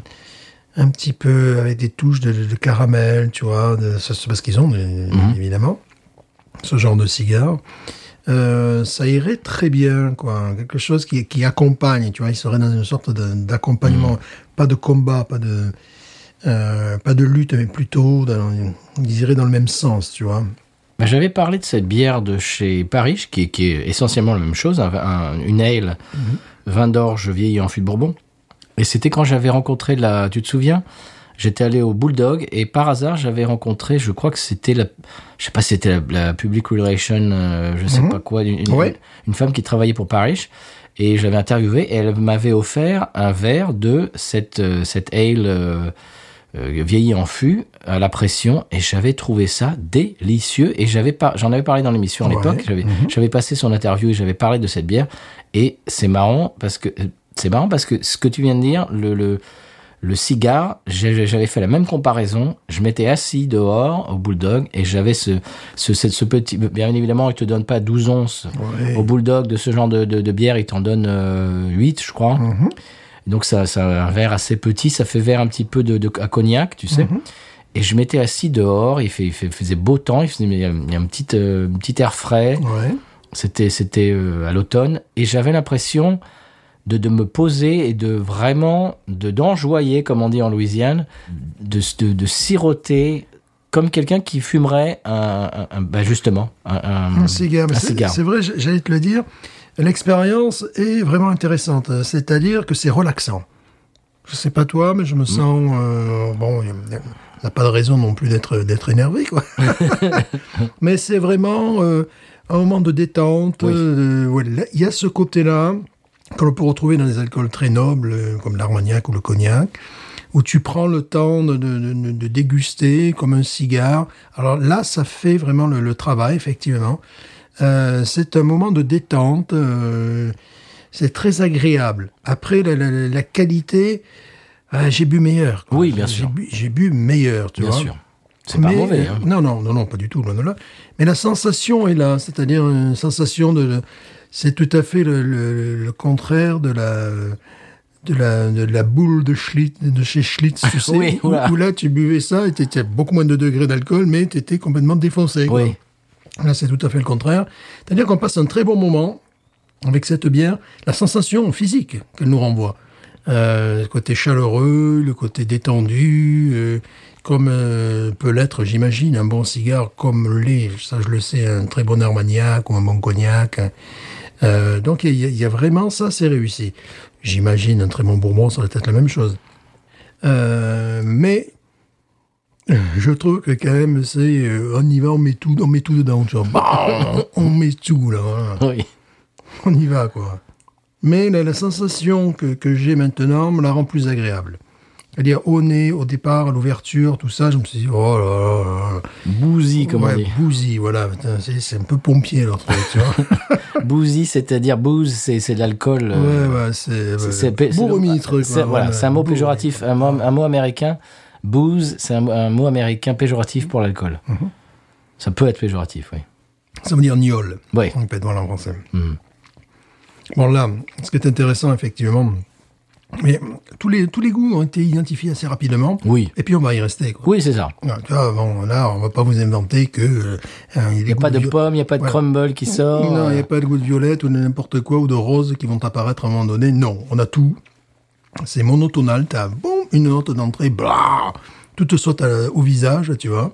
[SPEAKER 2] un petit peu avec des touches de, de caramel, tu vois, de, ça, c'est parce qu'ils ont euh, évidemment ce genre de cigare. Euh, ça irait très bien, quoi. Quelque chose qui, qui accompagne, tu vois. Il serait dans une sorte de- d'accompagnement.
[SPEAKER 1] Mm.
[SPEAKER 2] Pas de combat, pas de, euh, pas de lutte, mais plutôt, dans, ils iraient dans le même sens, tu vois.
[SPEAKER 1] Bah, J'avais parlé de cette bière de chez Paris, qui, est- qui est essentiellement la même chose, un- un- une ale, vin d'orge vieilli en fût de Bourbon. Et c'était quand j'avais rencontré la. Tu te souviens J'étais allé au Bulldog et par hasard j'avais rencontré, je crois que c'était la, je sais pas si c'était la, la public relation, euh, je sais
[SPEAKER 2] Mhm.
[SPEAKER 1] pas quoi, une, une-
[SPEAKER 2] Ouais.
[SPEAKER 1] une femme qui travaillait pour Paris et je l'avais interviewée et elle m'avait offert un verre de cette euh, cette ale euh, euh, vieilli en fût à la pression et j'avais trouvé ça délicieux et j'avais pas j'en avais parlé dans l'émission à
[SPEAKER 2] Ouais.
[SPEAKER 1] l'époque j'avais
[SPEAKER 2] Mhm.
[SPEAKER 1] j'avais passé son interview et j'avais parlé de cette bière et c'est marrant parce que euh, c'est marrant parce que ce que tu viens de dire le le le cigare, j'ai- j'avais fait la même comparaison. Je m'étais assis dehors au Bulldog et j'avais ce, ce, ce, ce petit. Bien évidemment, il te donne pas 12 onces
[SPEAKER 2] Ouais. Mm. Mhm.
[SPEAKER 1] au Bulldog de ce genre de, de, de bière, il t'en donne 8, je euh, crois. Donc ça, ça un verre assez petit, ça fait verre un petit peu de, de- à cognac, tu
[SPEAKER 2] Mm-hmm.
[SPEAKER 1] sais.
[SPEAKER 2] Mhm.
[SPEAKER 1] Et je m'étais assis dehors, il, fait, il, fait- il faisait beau temps, il faisait il y a- il y a un petit, euh, un petit air frais.
[SPEAKER 2] Ouais.
[SPEAKER 1] Mm. C'était c'était euh, à l'automne et j'avais l'impression de, de me poser et de vraiment de d'enjoyer, comme on dit en Louisiane, de, de, de siroter comme quelqu'un qui fumerait un, un- un- bah justement un, un-
[SPEAKER 2] Un cigare. mais
[SPEAKER 1] un
[SPEAKER 2] c'est-
[SPEAKER 1] cigare.
[SPEAKER 2] C'est vrai, j'- j'allais te le dire. L'expérience est vraiment intéressante. euh, C'est-à-dire que c'est relaxant. Je sais pas toi, mais je
[SPEAKER 1] Mm.
[SPEAKER 2] me sens. euh, bon, y a- y a- on n'a pas de raison non plus d'être d'être énervé, quoi. mais c'est vraiment euh, un moment de détente.
[SPEAKER 1] Oui.
[SPEAKER 2] euh, ouais, là, Il y a ce côté-là que l'on peut retrouver dans les alcools très nobles, euh, comme l'armagnac ou le cognac, où tu prends le temps de, de- de- de déguster comme un cigare. Alors là, ça fait vraiment le, le travail, effectivement. Euh, c'est un moment de détente. euh, c'est très agréable. Après, la, la- la- la qualité, euh, j'ai bu meilleur. quoi.
[SPEAKER 1] Oui, bien
[SPEAKER 2] J'ai
[SPEAKER 1] sûr.
[SPEAKER 2] bu- J'ai bu meilleur, tu
[SPEAKER 1] Bien
[SPEAKER 2] vois.
[SPEAKER 1] sûr. C'est pas
[SPEAKER 2] Mais,
[SPEAKER 1] mauvais.
[SPEAKER 2] euh,
[SPEAKER 1] hein.
[SPEAKER 2] Non, non, non, non, pas du tout, loin de là. Mais la sensation est là, c'est-à-dire une sensation de... de- C'est tout à fait le, le- le contraire de la... De la, de la boule de Schlitz, de chez Schlitz, tu sais,
[SPEAKER 1] Oui,
[SPEAKER 2] où,
[SPEAKER 1] oula.
[SPEAKER 2] où là tu buvais ça et t'étais à beaucoup moins de degrés d'alcool, mais t'étais complètement défoncé. quoi.
[SPEAKER 1] Oui.
[SPEAKER 2] Là, c'est tout à fait le contraire. C'est-à-dire qu'on passe un très bon moment avec cette bière, la sensation physique qu'elle nous renvoie. Euh, le côté chaleureux, le côté détendu, euh, comme euh, peut l'être, j'imagine, un bon cigare comme l'est, ça je le sais, un très bon armagnac ou un bon cognac. Euh, donc il y, a- il y a vraiment ça, c'est réussi. J'imagine un très bon bourbon, ça doit être la même chose. Euh, mais je trouve que quand même, c'est euh, on y va, on met tout, on met tout dedans. Tu vois. Bam on met tout là. hein. voilà.
[SPEAKER 1] Oui.
[SPEAKER 2] On y va quoi. Mais la, la sensation que, que j'ai maintenant me la rend plus agréable. C'est-à-dire au nez, au départ, à l'ouverture, tout ça, je me suis dit oh là là là là.
[SPEAKER 1] Bouzy, comme
[SPEAKER 2] Ouais,
[SPEAKER 1] on dit.
[SPEAKER 2] bousy, voilà. Putain, C'est c'est un peu pompier leur truc, tu vois.
[SPEAKER 1] Bouzy, c'est-à-dire booze, c'est c'est de l'alcool. euh,
[SPEAKER 2] ouais, ouais, c'est.
[SPEAKER 1] c'est-
[SPEAKER 2] ouais.
[SPEAKER 1] c'est- c'est-
[SPEAKER 2] Bourre-mitre, quoi,
[SPEAKER 1] c'est- Voilà, c'est un mot
[SPEAKER 2] Bourre-
[SPEAKER 1] péjoratif, un mot, un mot américain. Booze, c'est un, un mot américain péjoratif pour l'alcool.
[SPEAKER 2] Mhm.
[SPEAKER 1] Ça peut être péjoratif, oui.
[SPEAKER 2] Ça veut dire niole.
[SPEAKER 1] Oui.
[SPEAKER 2] Complètement là en français.
[SPEAKER 1] Mhm.
[SPEAKER 2] Bon là, ce qui est intéressant effectivement, mais tous les tous les goûts ont été identifiés assez rapidement.
[SPEAKER 1] Oui.
[SPEAKER 2] Et puis on va y rester. Quoi.
[SPEAKER 1] Oui, c'est ça.
[SPEAKER 2] Ouais, Ah, tu vois, bon, là, on va pas vous inventer que euh, hein, il
[SPEAKER 1] Il n'y a pas de pomme, il n'y a pas de
[SPEAKER 2] Ouais.
[SPEAKER 1] crumble qui sort.
[SPEAKER 2] Non, il n'y
[SPEAKER 1] euh,
[SPEAKER 2] a pas de goût de violette ou de n'importe quoi ou de rose qui vont apparaître à un moment donné. Non, on a tout. C'est monotonal. T'as bon une note d'entrée, blah, tout te saute à- au visage, tu vois.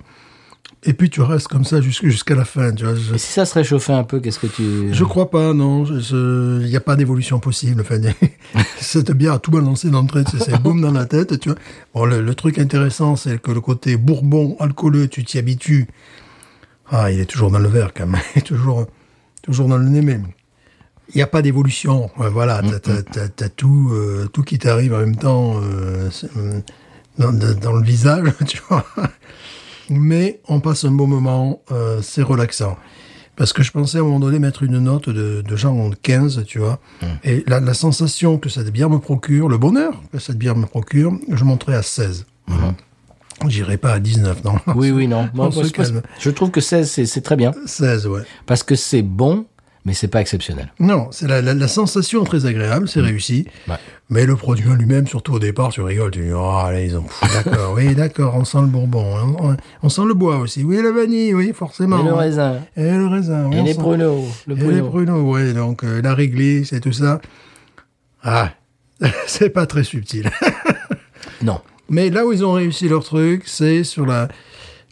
[SPEAKER 2] Et puis tu restes comme ça jusqu'- jusqu'à la fin. Tu vois, je,
[SPEAKER 1] Et si ça se réchauffait un peu, qu'est-ce que tu.
[SPEAKER 2] Je crois pas, non. Je- je- Il n'y a pas d'évolution possible. Enfin, cette bière a tout balancé d'entrée. C'est c'est boum dans la tête, tu vois. Bon, le, le truc intéressant, c'est que le côté bourbon, alcooleux, tu t'y habitues. Ah, il est toujours dans le verre, quand même. Il est toujours, toujours dans le nez, même. Il n'y a pas d'évolution. Ouais, voilà,
[SPEAKER 1] Mm,
[SPEAKER 2] t'as- t'as t'as- t'as tout, euh, tout qui t'arrive en même temps euh, c'est, euh, dans, dans- dans le visage, tu vois. Mais on passe un bon moment, euh, c'est relaxant. Parce que je pensais à un moment donné mettre une note de, de genre 15, tu vois.
[SPEAKER 1] Mm.
[SPEAKER 2] Et la, la sensation que cette bière me procure, le bonheur que cette bière me procure, je monterai à 16. Voilà. J'irai pas à 19, non.
[SPEAKER 1] Mm-hmm. Oui, oui, non. Moi,
[SPEAKER 2] On se
[SPEAKER 1] moi, je,
[SPEAKER 2] calme.
[SPEAKER 1] je trouve que 16, c'est c'est très bien.
[SPEAKER 2] 16, ouais.
[SPEAKER 1] Parce que c'est bon, mais c'est pas exceptionnel.
[SPEAKER 2] Non, c'est la, la- la sensation est très agréable, c'est réussi.
[SPEAKER 1] Ouais.
[SPEAKER 2] Mais le produit en lui-même, surtout au départ, tu rigoles, tu dis, oh, allez, ils ont fou. D'accord, oui, d'accord, on sent le bourbon, on, on- on sent le bois aussi. Oui, la vanille, oui, forcément.
[SPEAKER 1] Et le raisin.
[SPEAKER 2] Et le raisin, oui,
[SPEAKER 1] Et
[SPEAKER 2] on
[SPEAKER 1] les
[SPEAKER 2] sent-
[SPEAKER 1] pruneaux. Le
[SPEAKER 2] Et les
[SPEAKER 1] pruneau.
[SPEAKER 2] pruneaux, oui, donc euh, la réglisse et tout ça. Ah, c'est pas très subtil.
[SPEAKER 1] Non.
[SPEAKER 2] Mais là où ils ont réussi leur truc, c'est sur la,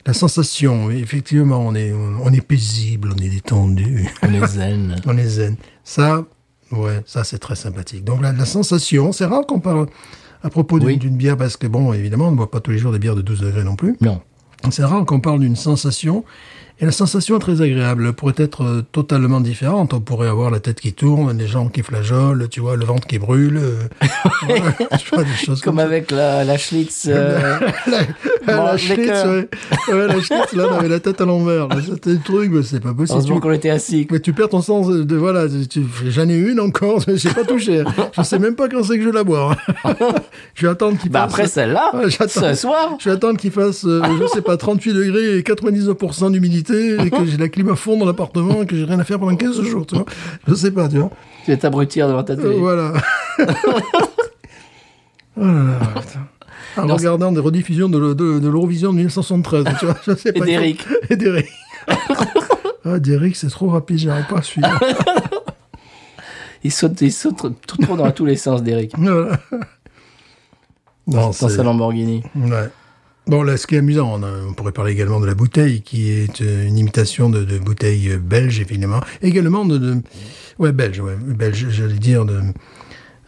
[SPEAKER 2] la sensation. Effectivement, on est, on est paisible, on est détendu.
[SPEAKER 1] On les zen.
[SPEAKER 2] On est zen. Ça, ouais, ça c'est très sympathique. Donc la, la sensation, c'est rare qu'on parle à propos d'une
[SPEAKER 1] Oui.
[SPEAKER 2] d'une bière parce que bon, évidemment, on ne boit pas tous les jours des bières de 12 degrés non plus.
[SPEAKER 1] Non.
[SPEAKER 2] C'est rare qu'on parle d'une sensation. Et la sensation est très agréable. Elle pourrait être euh, totalement différente. On pourrait avoir la tête qui tourne, les jambes qui flageolent, tu vois, le ventre qui brûle. euh, voilà, tu vois, des choses
[SPEAKER 1] Comme
[SPEAKER 2] ça.
[SPEAKER 1] avec la, la Schlitz. euh,
[SPEAKER 2] Ah,
[SPEAKER 1] Bon,
[SPEAKER 2] la
[SPEAKER 1] les
[SPEAKER 2] Schlitz,
[SPEAKER 1] cœurs.
[SPEAKER 2] ouais. Ouais, la Schlitz, là, on avait la tête à l'envers. Là, C'était le truc, mais c'est pas possible.
[SPEAKER 1] heureusement qu'on était assis.
[SPEAKER 2] Mais tu perds ton sens de, de- voilà, tu- tu- j'en ai une encore, j'ai pas touché. Je sais même pas quand c'est que je vais la boire. je vais attendre qu'il
[SPEAKER 1] Bah
[SPEAKER 2] fasse-
[SPEAKER 1] après celle-là,
[SPEAKER 2] Ouais, j'attends.
[SPEAKER 1] ce soir.
[SPEAKER 2] Je vais attendre qu'il fasse, euh, je sais pas, 38 degrés et 99% d'humidité et que j'ai la clim à fond dans l'appartement et que j'ai rien à faire pendant 15 jours, tu vois. Euh, Je sais pas, tu vois.
[SPEAKER 1] Tu vas t'abrutir devant ta télé.
[SPEAKER 2] Euh, voilà. en
[SPEAKER 1] Non,
[SPEAKER 2] regardant des rediffusions de, le- de- de l'Eurovision de 1973. tu vois, je sais
[SPEAKER 1] Et
[SPEAKER 2] pas.
[SPEAKER 1] d'Eric.
[SPEAKER 2] Et d'Eric. ah, d'Eric, c'est trop rapide, j'arrive pas à suivre.
[SPEAKER 1] Il saute, il saute trop- trop, trop dans tous les sens, Derek.
[SPEAKER 2] Voilà.
[SPEAKER 1] Dans,
[SPEAKER 2] Non,
[SPEAKER 1] dans
[SPEAKER 2] c'est-
[SPEAKER 1] sa Lamborghini.
[SPEAKER 2] Ouais. Bon, là, ce qui est amusant, on, a- on pourrait parler également de la bouteille, qui est euh, une imitation de, de bouteille euh, belge, évidemment. Également de, de- Ouais, belge, ouais. Belge, j'allais dire. De...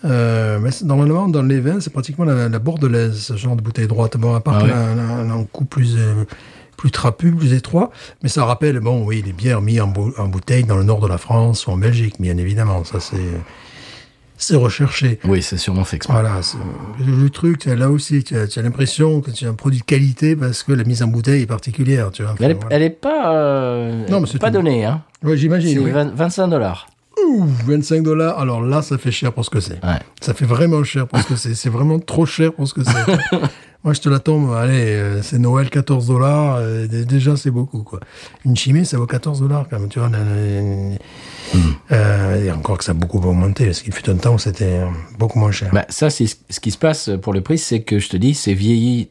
[SPEAKER 2] Euh, mais c'est- normalement, dans les vins, c'est pratiquement la, la bordelaise, ce genre de bouteille droite. Bon, à part
[SPEAKER 1] Ah
[SPEAKER 2] que
[SPEAKER 1] ouais.
[SPEAKER 2] là, là, là, on coupe plus, euh, plus trapu, plus étroit. Mais ça rappelle, bon, oui, les bières mises en, bou- en bouteille dans le nord de la France ou en Belgique, bien évidemment. Ça, c'est. C'est recherché.
[SPEAKER 1] Oui, c'est sûrement fait exprès.
[SPEAKER 2] Voilà, c'est- le le truc, tu as là aussi, tu as, tu as l'impression que tu as un produit de qualité parce que la mise en bouteille est particulière, tu vois. Enfin,
[SPEAKER 1] Elle est,
[SPEAKER 2] voilà.
[SPEAKER 1] elle est pas, euh,
[SPEAKER 2] Non, mais c'est
[SPEAKER 1] pas
[SPEAKER 2] une-
[SPEAKER 1] donnée, hein.
[SPEAKER 2] Ouais,
[SPEAKER 1] C'est
[SPEAKER 2] j'imagine. oui.
[SPEAKER 1] 20 25 dollars.
[SPEAKER 2] Ouh, 25 dollars. Alors là, ça fait cher pour ce que c'est.
[SPEAKER 1] Ouais.
[SPEAKER 2] Ça fait vraiment cher pour ce que c'est. C'est vraiment trop cher pour ce que c'est. Moi, je te la tombe. Allez, euh, c'est Noël, 14 dollars. euh, dé- déjà, c'est beaucoup, quoi. Une chimée, ça vaut 14 dollars, quand même. Tu vois, la- la- la-
[SPEAKER 1] Hmm.
[SPEAKER 2] Euh, et encore que ça a beaucoup augmenté. Parce qu'il fut un temps où c'était euh, beaucoup moins cher.
[SPEAKER 1] Bah, ça, c'est ce ce qui se passe pour le prix, c'est que je te dis, c'est vieilli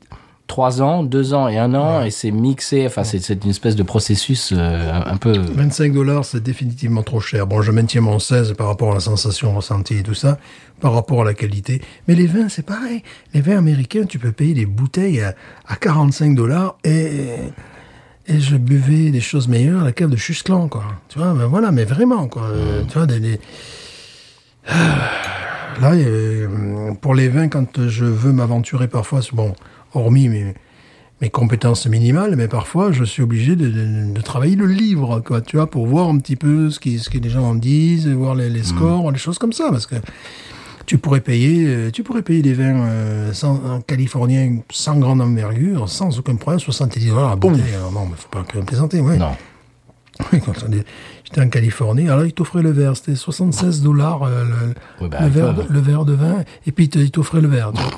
[SPEAKER 1] 3 ans, 2 ans et 1 an, et c'est mixé. Enfin, c'est- c'est une espèce de processus euh, un un peu.
[SPEAKER 2] 25 dollars, c'est définitivement trop cher. Bon, je maintiens mon 16 par rapport à la sensation ressentie et tout ça, par rapport à la qualité. Mais les vins, c'est pareil. Les vins américains, tu peux payer des bouteilles à, à 45 dollars et, et je buvais des choses meilleures à la cave de Chusclan, quoi. Tu vois, ben voilà, mais vraiment, quoi. Euh, Tu vois, des, des- Là, euh, pour les vins, quand je veux m'aventurer parfois, c'est- bon, hormis mes, mes compétences minimales, mais parfois je suis obligé de, de- de travailler le livre, quoi, tu vois, pour voir un petit peu ce, qui, ce que les gens en disent, voir les, les scores, les choses comme ça, parce que tu pourrais payer, euh, tu pourrais payer des vins euh, sans- en californiens sans grande envergure, sans aucun problème, 70 dollars la bouteille. Alors non, mais faut pas que plaisanter, ouais.
[SPEAKER 1] Non.
[SPEAKER 2] Oui, quand on est- j'étais en Californie, alors ils t'offraient le verre, c'était 76 dollars euh, le,
[SPEAKER 1] Oui, bah,
[SPEAKER 2] le
[SPEAKER 1] ils
[SPEAKER 2] verre,
[SPEAKER 1] peuvent.
[SPEAKER 2] de- le verre de vin, et puis ils te- ils t'offraient le verre. tu vois.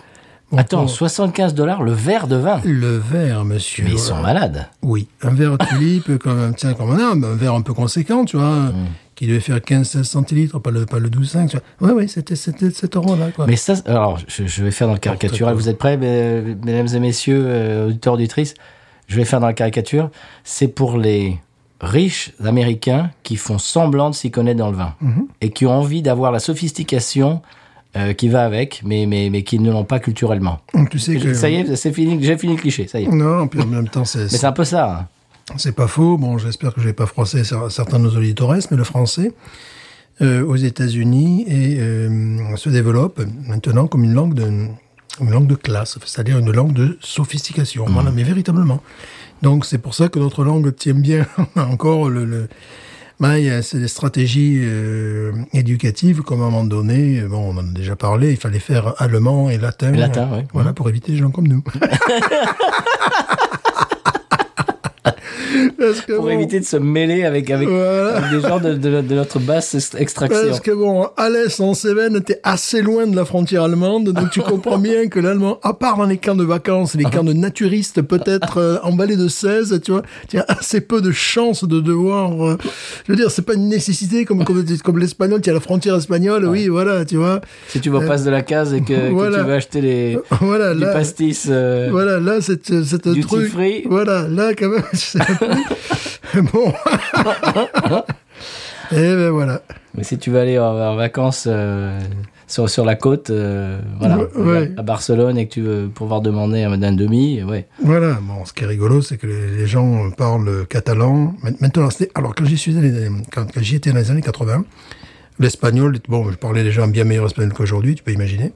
[SPEAKER 2] Bon,
[SPEAKER 1] Attends,
[SPEAKER 2] pour-
[SPEAKER 1] 75 dollars le verre de vin.
[SPEAKER 2] le verre, monsieur.
[SPEAKER 1] Mais ils sont malades.
[SPEAKER 2] Oui, un verre à tulipe, comme, tiens, comme on a, un verre un peu conséquent, tu vois,
[SPEAKER 1] Mm.
[SPEAKER 2] qui devait faire 15-16 centilitres, pas le, pas le 12,5, tu vois. Oui, oui, c'était c'était cet euro-là, quoi.
[SPEAKER 1] Mais ça, alors, je, je vais faire dans le caricatural.
[SPEAKER 2] quoi.
[SPEAKER 1] Vous êtes prêts, mes- mesdames et messieurs, euh, auditeurs, auditrices Je vais faire dans la caricature. C'est pour les riches américains qui font semblant de s'y connaître dans le vin
[SPEAKER 2] Mhm.
[SPEAKER 1] et qui ont envie d'avoir la sophistication euh, qui va avec, mais, mais, mais qui ne l'ont pas culturellement.
[SPEAKER 2] Donc, tu sais que...
[SPEAKER 1] Ça y est, c'est fini, j'ai fini le cliché, ça y est.
[SPEAKER 2] Non, puis en même temps, c'est
[SPEAKER 1] Mais c'est un peu ça. hein.
[SPEAKER 2] c'est pas faux. Bon, j'espère que je vais pas froisser cer- certains de nos auditeurs, mais le français, euh, aux États-Unis, et, euh, se développe maintenant comme une langue de, une langue de classe, c'est-à-dire une langue de sophistication. Voilà, mais véritablement. Donc, c'est pour ça que notre langue tient bien encore le, le- ben, il y a- c'est des stratégies euh, éducatives, comme à un moment donné, euh, bon, on en a déjà parlé, il fallait faire allemand et latin.
[SPEAKER 1] Et latin, ouais.
[SPEAKER 2] Voilà, pour éviter les gens comme nous. Parce que
[SPEAKER 1] Pour
[SPEAKER 2] bon,
[SPEAKER 1] éviter de se mêler avec, avec,
[SPEAKER 2] Voilà.
[SPEAKER 1] avec des gens de, de- de notre basse est- extraction.
[SPEAKER 2] Parce que bon, Alès en Cévennes, t'es assez loin de la frontière allemande, donc tu comprends bien que l'allemand, à part dans les camps de vacances, les camps de naturistes peut-être euh, en vallée de 16, tu vois, tu as assez peu de chances de devoir. euh, je veux dire, c'est pas une nécessité comme, comme, comme l'espagnol, tu as la frontière espagnole, oui, voilà, tu vois.
[SPEAKER 1] Si tu vas au passe de la case et que, que
[SPEAKER 2] euh, voilà. Euh,
[SPEAKER 1] tu veux acheter les,
[SPEAKER 2] Voilà,
[SPEAKER 1] du
[SPEAKER 2] là.
[SPEAKER 1] pastis. euh,
[SPEAKER 2] Voilà, là, c'est euh, c'est un
[SPEAKER 1] Duty
[SPEAKER 2] truc.
[SPEAKER 1] free.
[SPEAKER 2] Voilà, là, quand même, c'est un peu- bon. Et ben voilà.
[SPEAKER 1] Mais si tu vas aller en, en vacances euh, sur, sur la côte, euh, voilà,
[SPEAKER 2] Ouais.
[SPEAKER 1] à Barcelone et que tu veux pouvoir demander un, un demi, ouais.
[SPEAKER 2] Voilà, bon, ce qui est rigolo, c'est que les les gens parlent catalan. Maint- Maintenant, c'était- alors quand j'y suis allé, quand, quand j'y étais dans les années 80, l'espagnol, bon, je parlais déjà un bien meilleur espagnol qu'aujourd'hui, tu peux imaginer.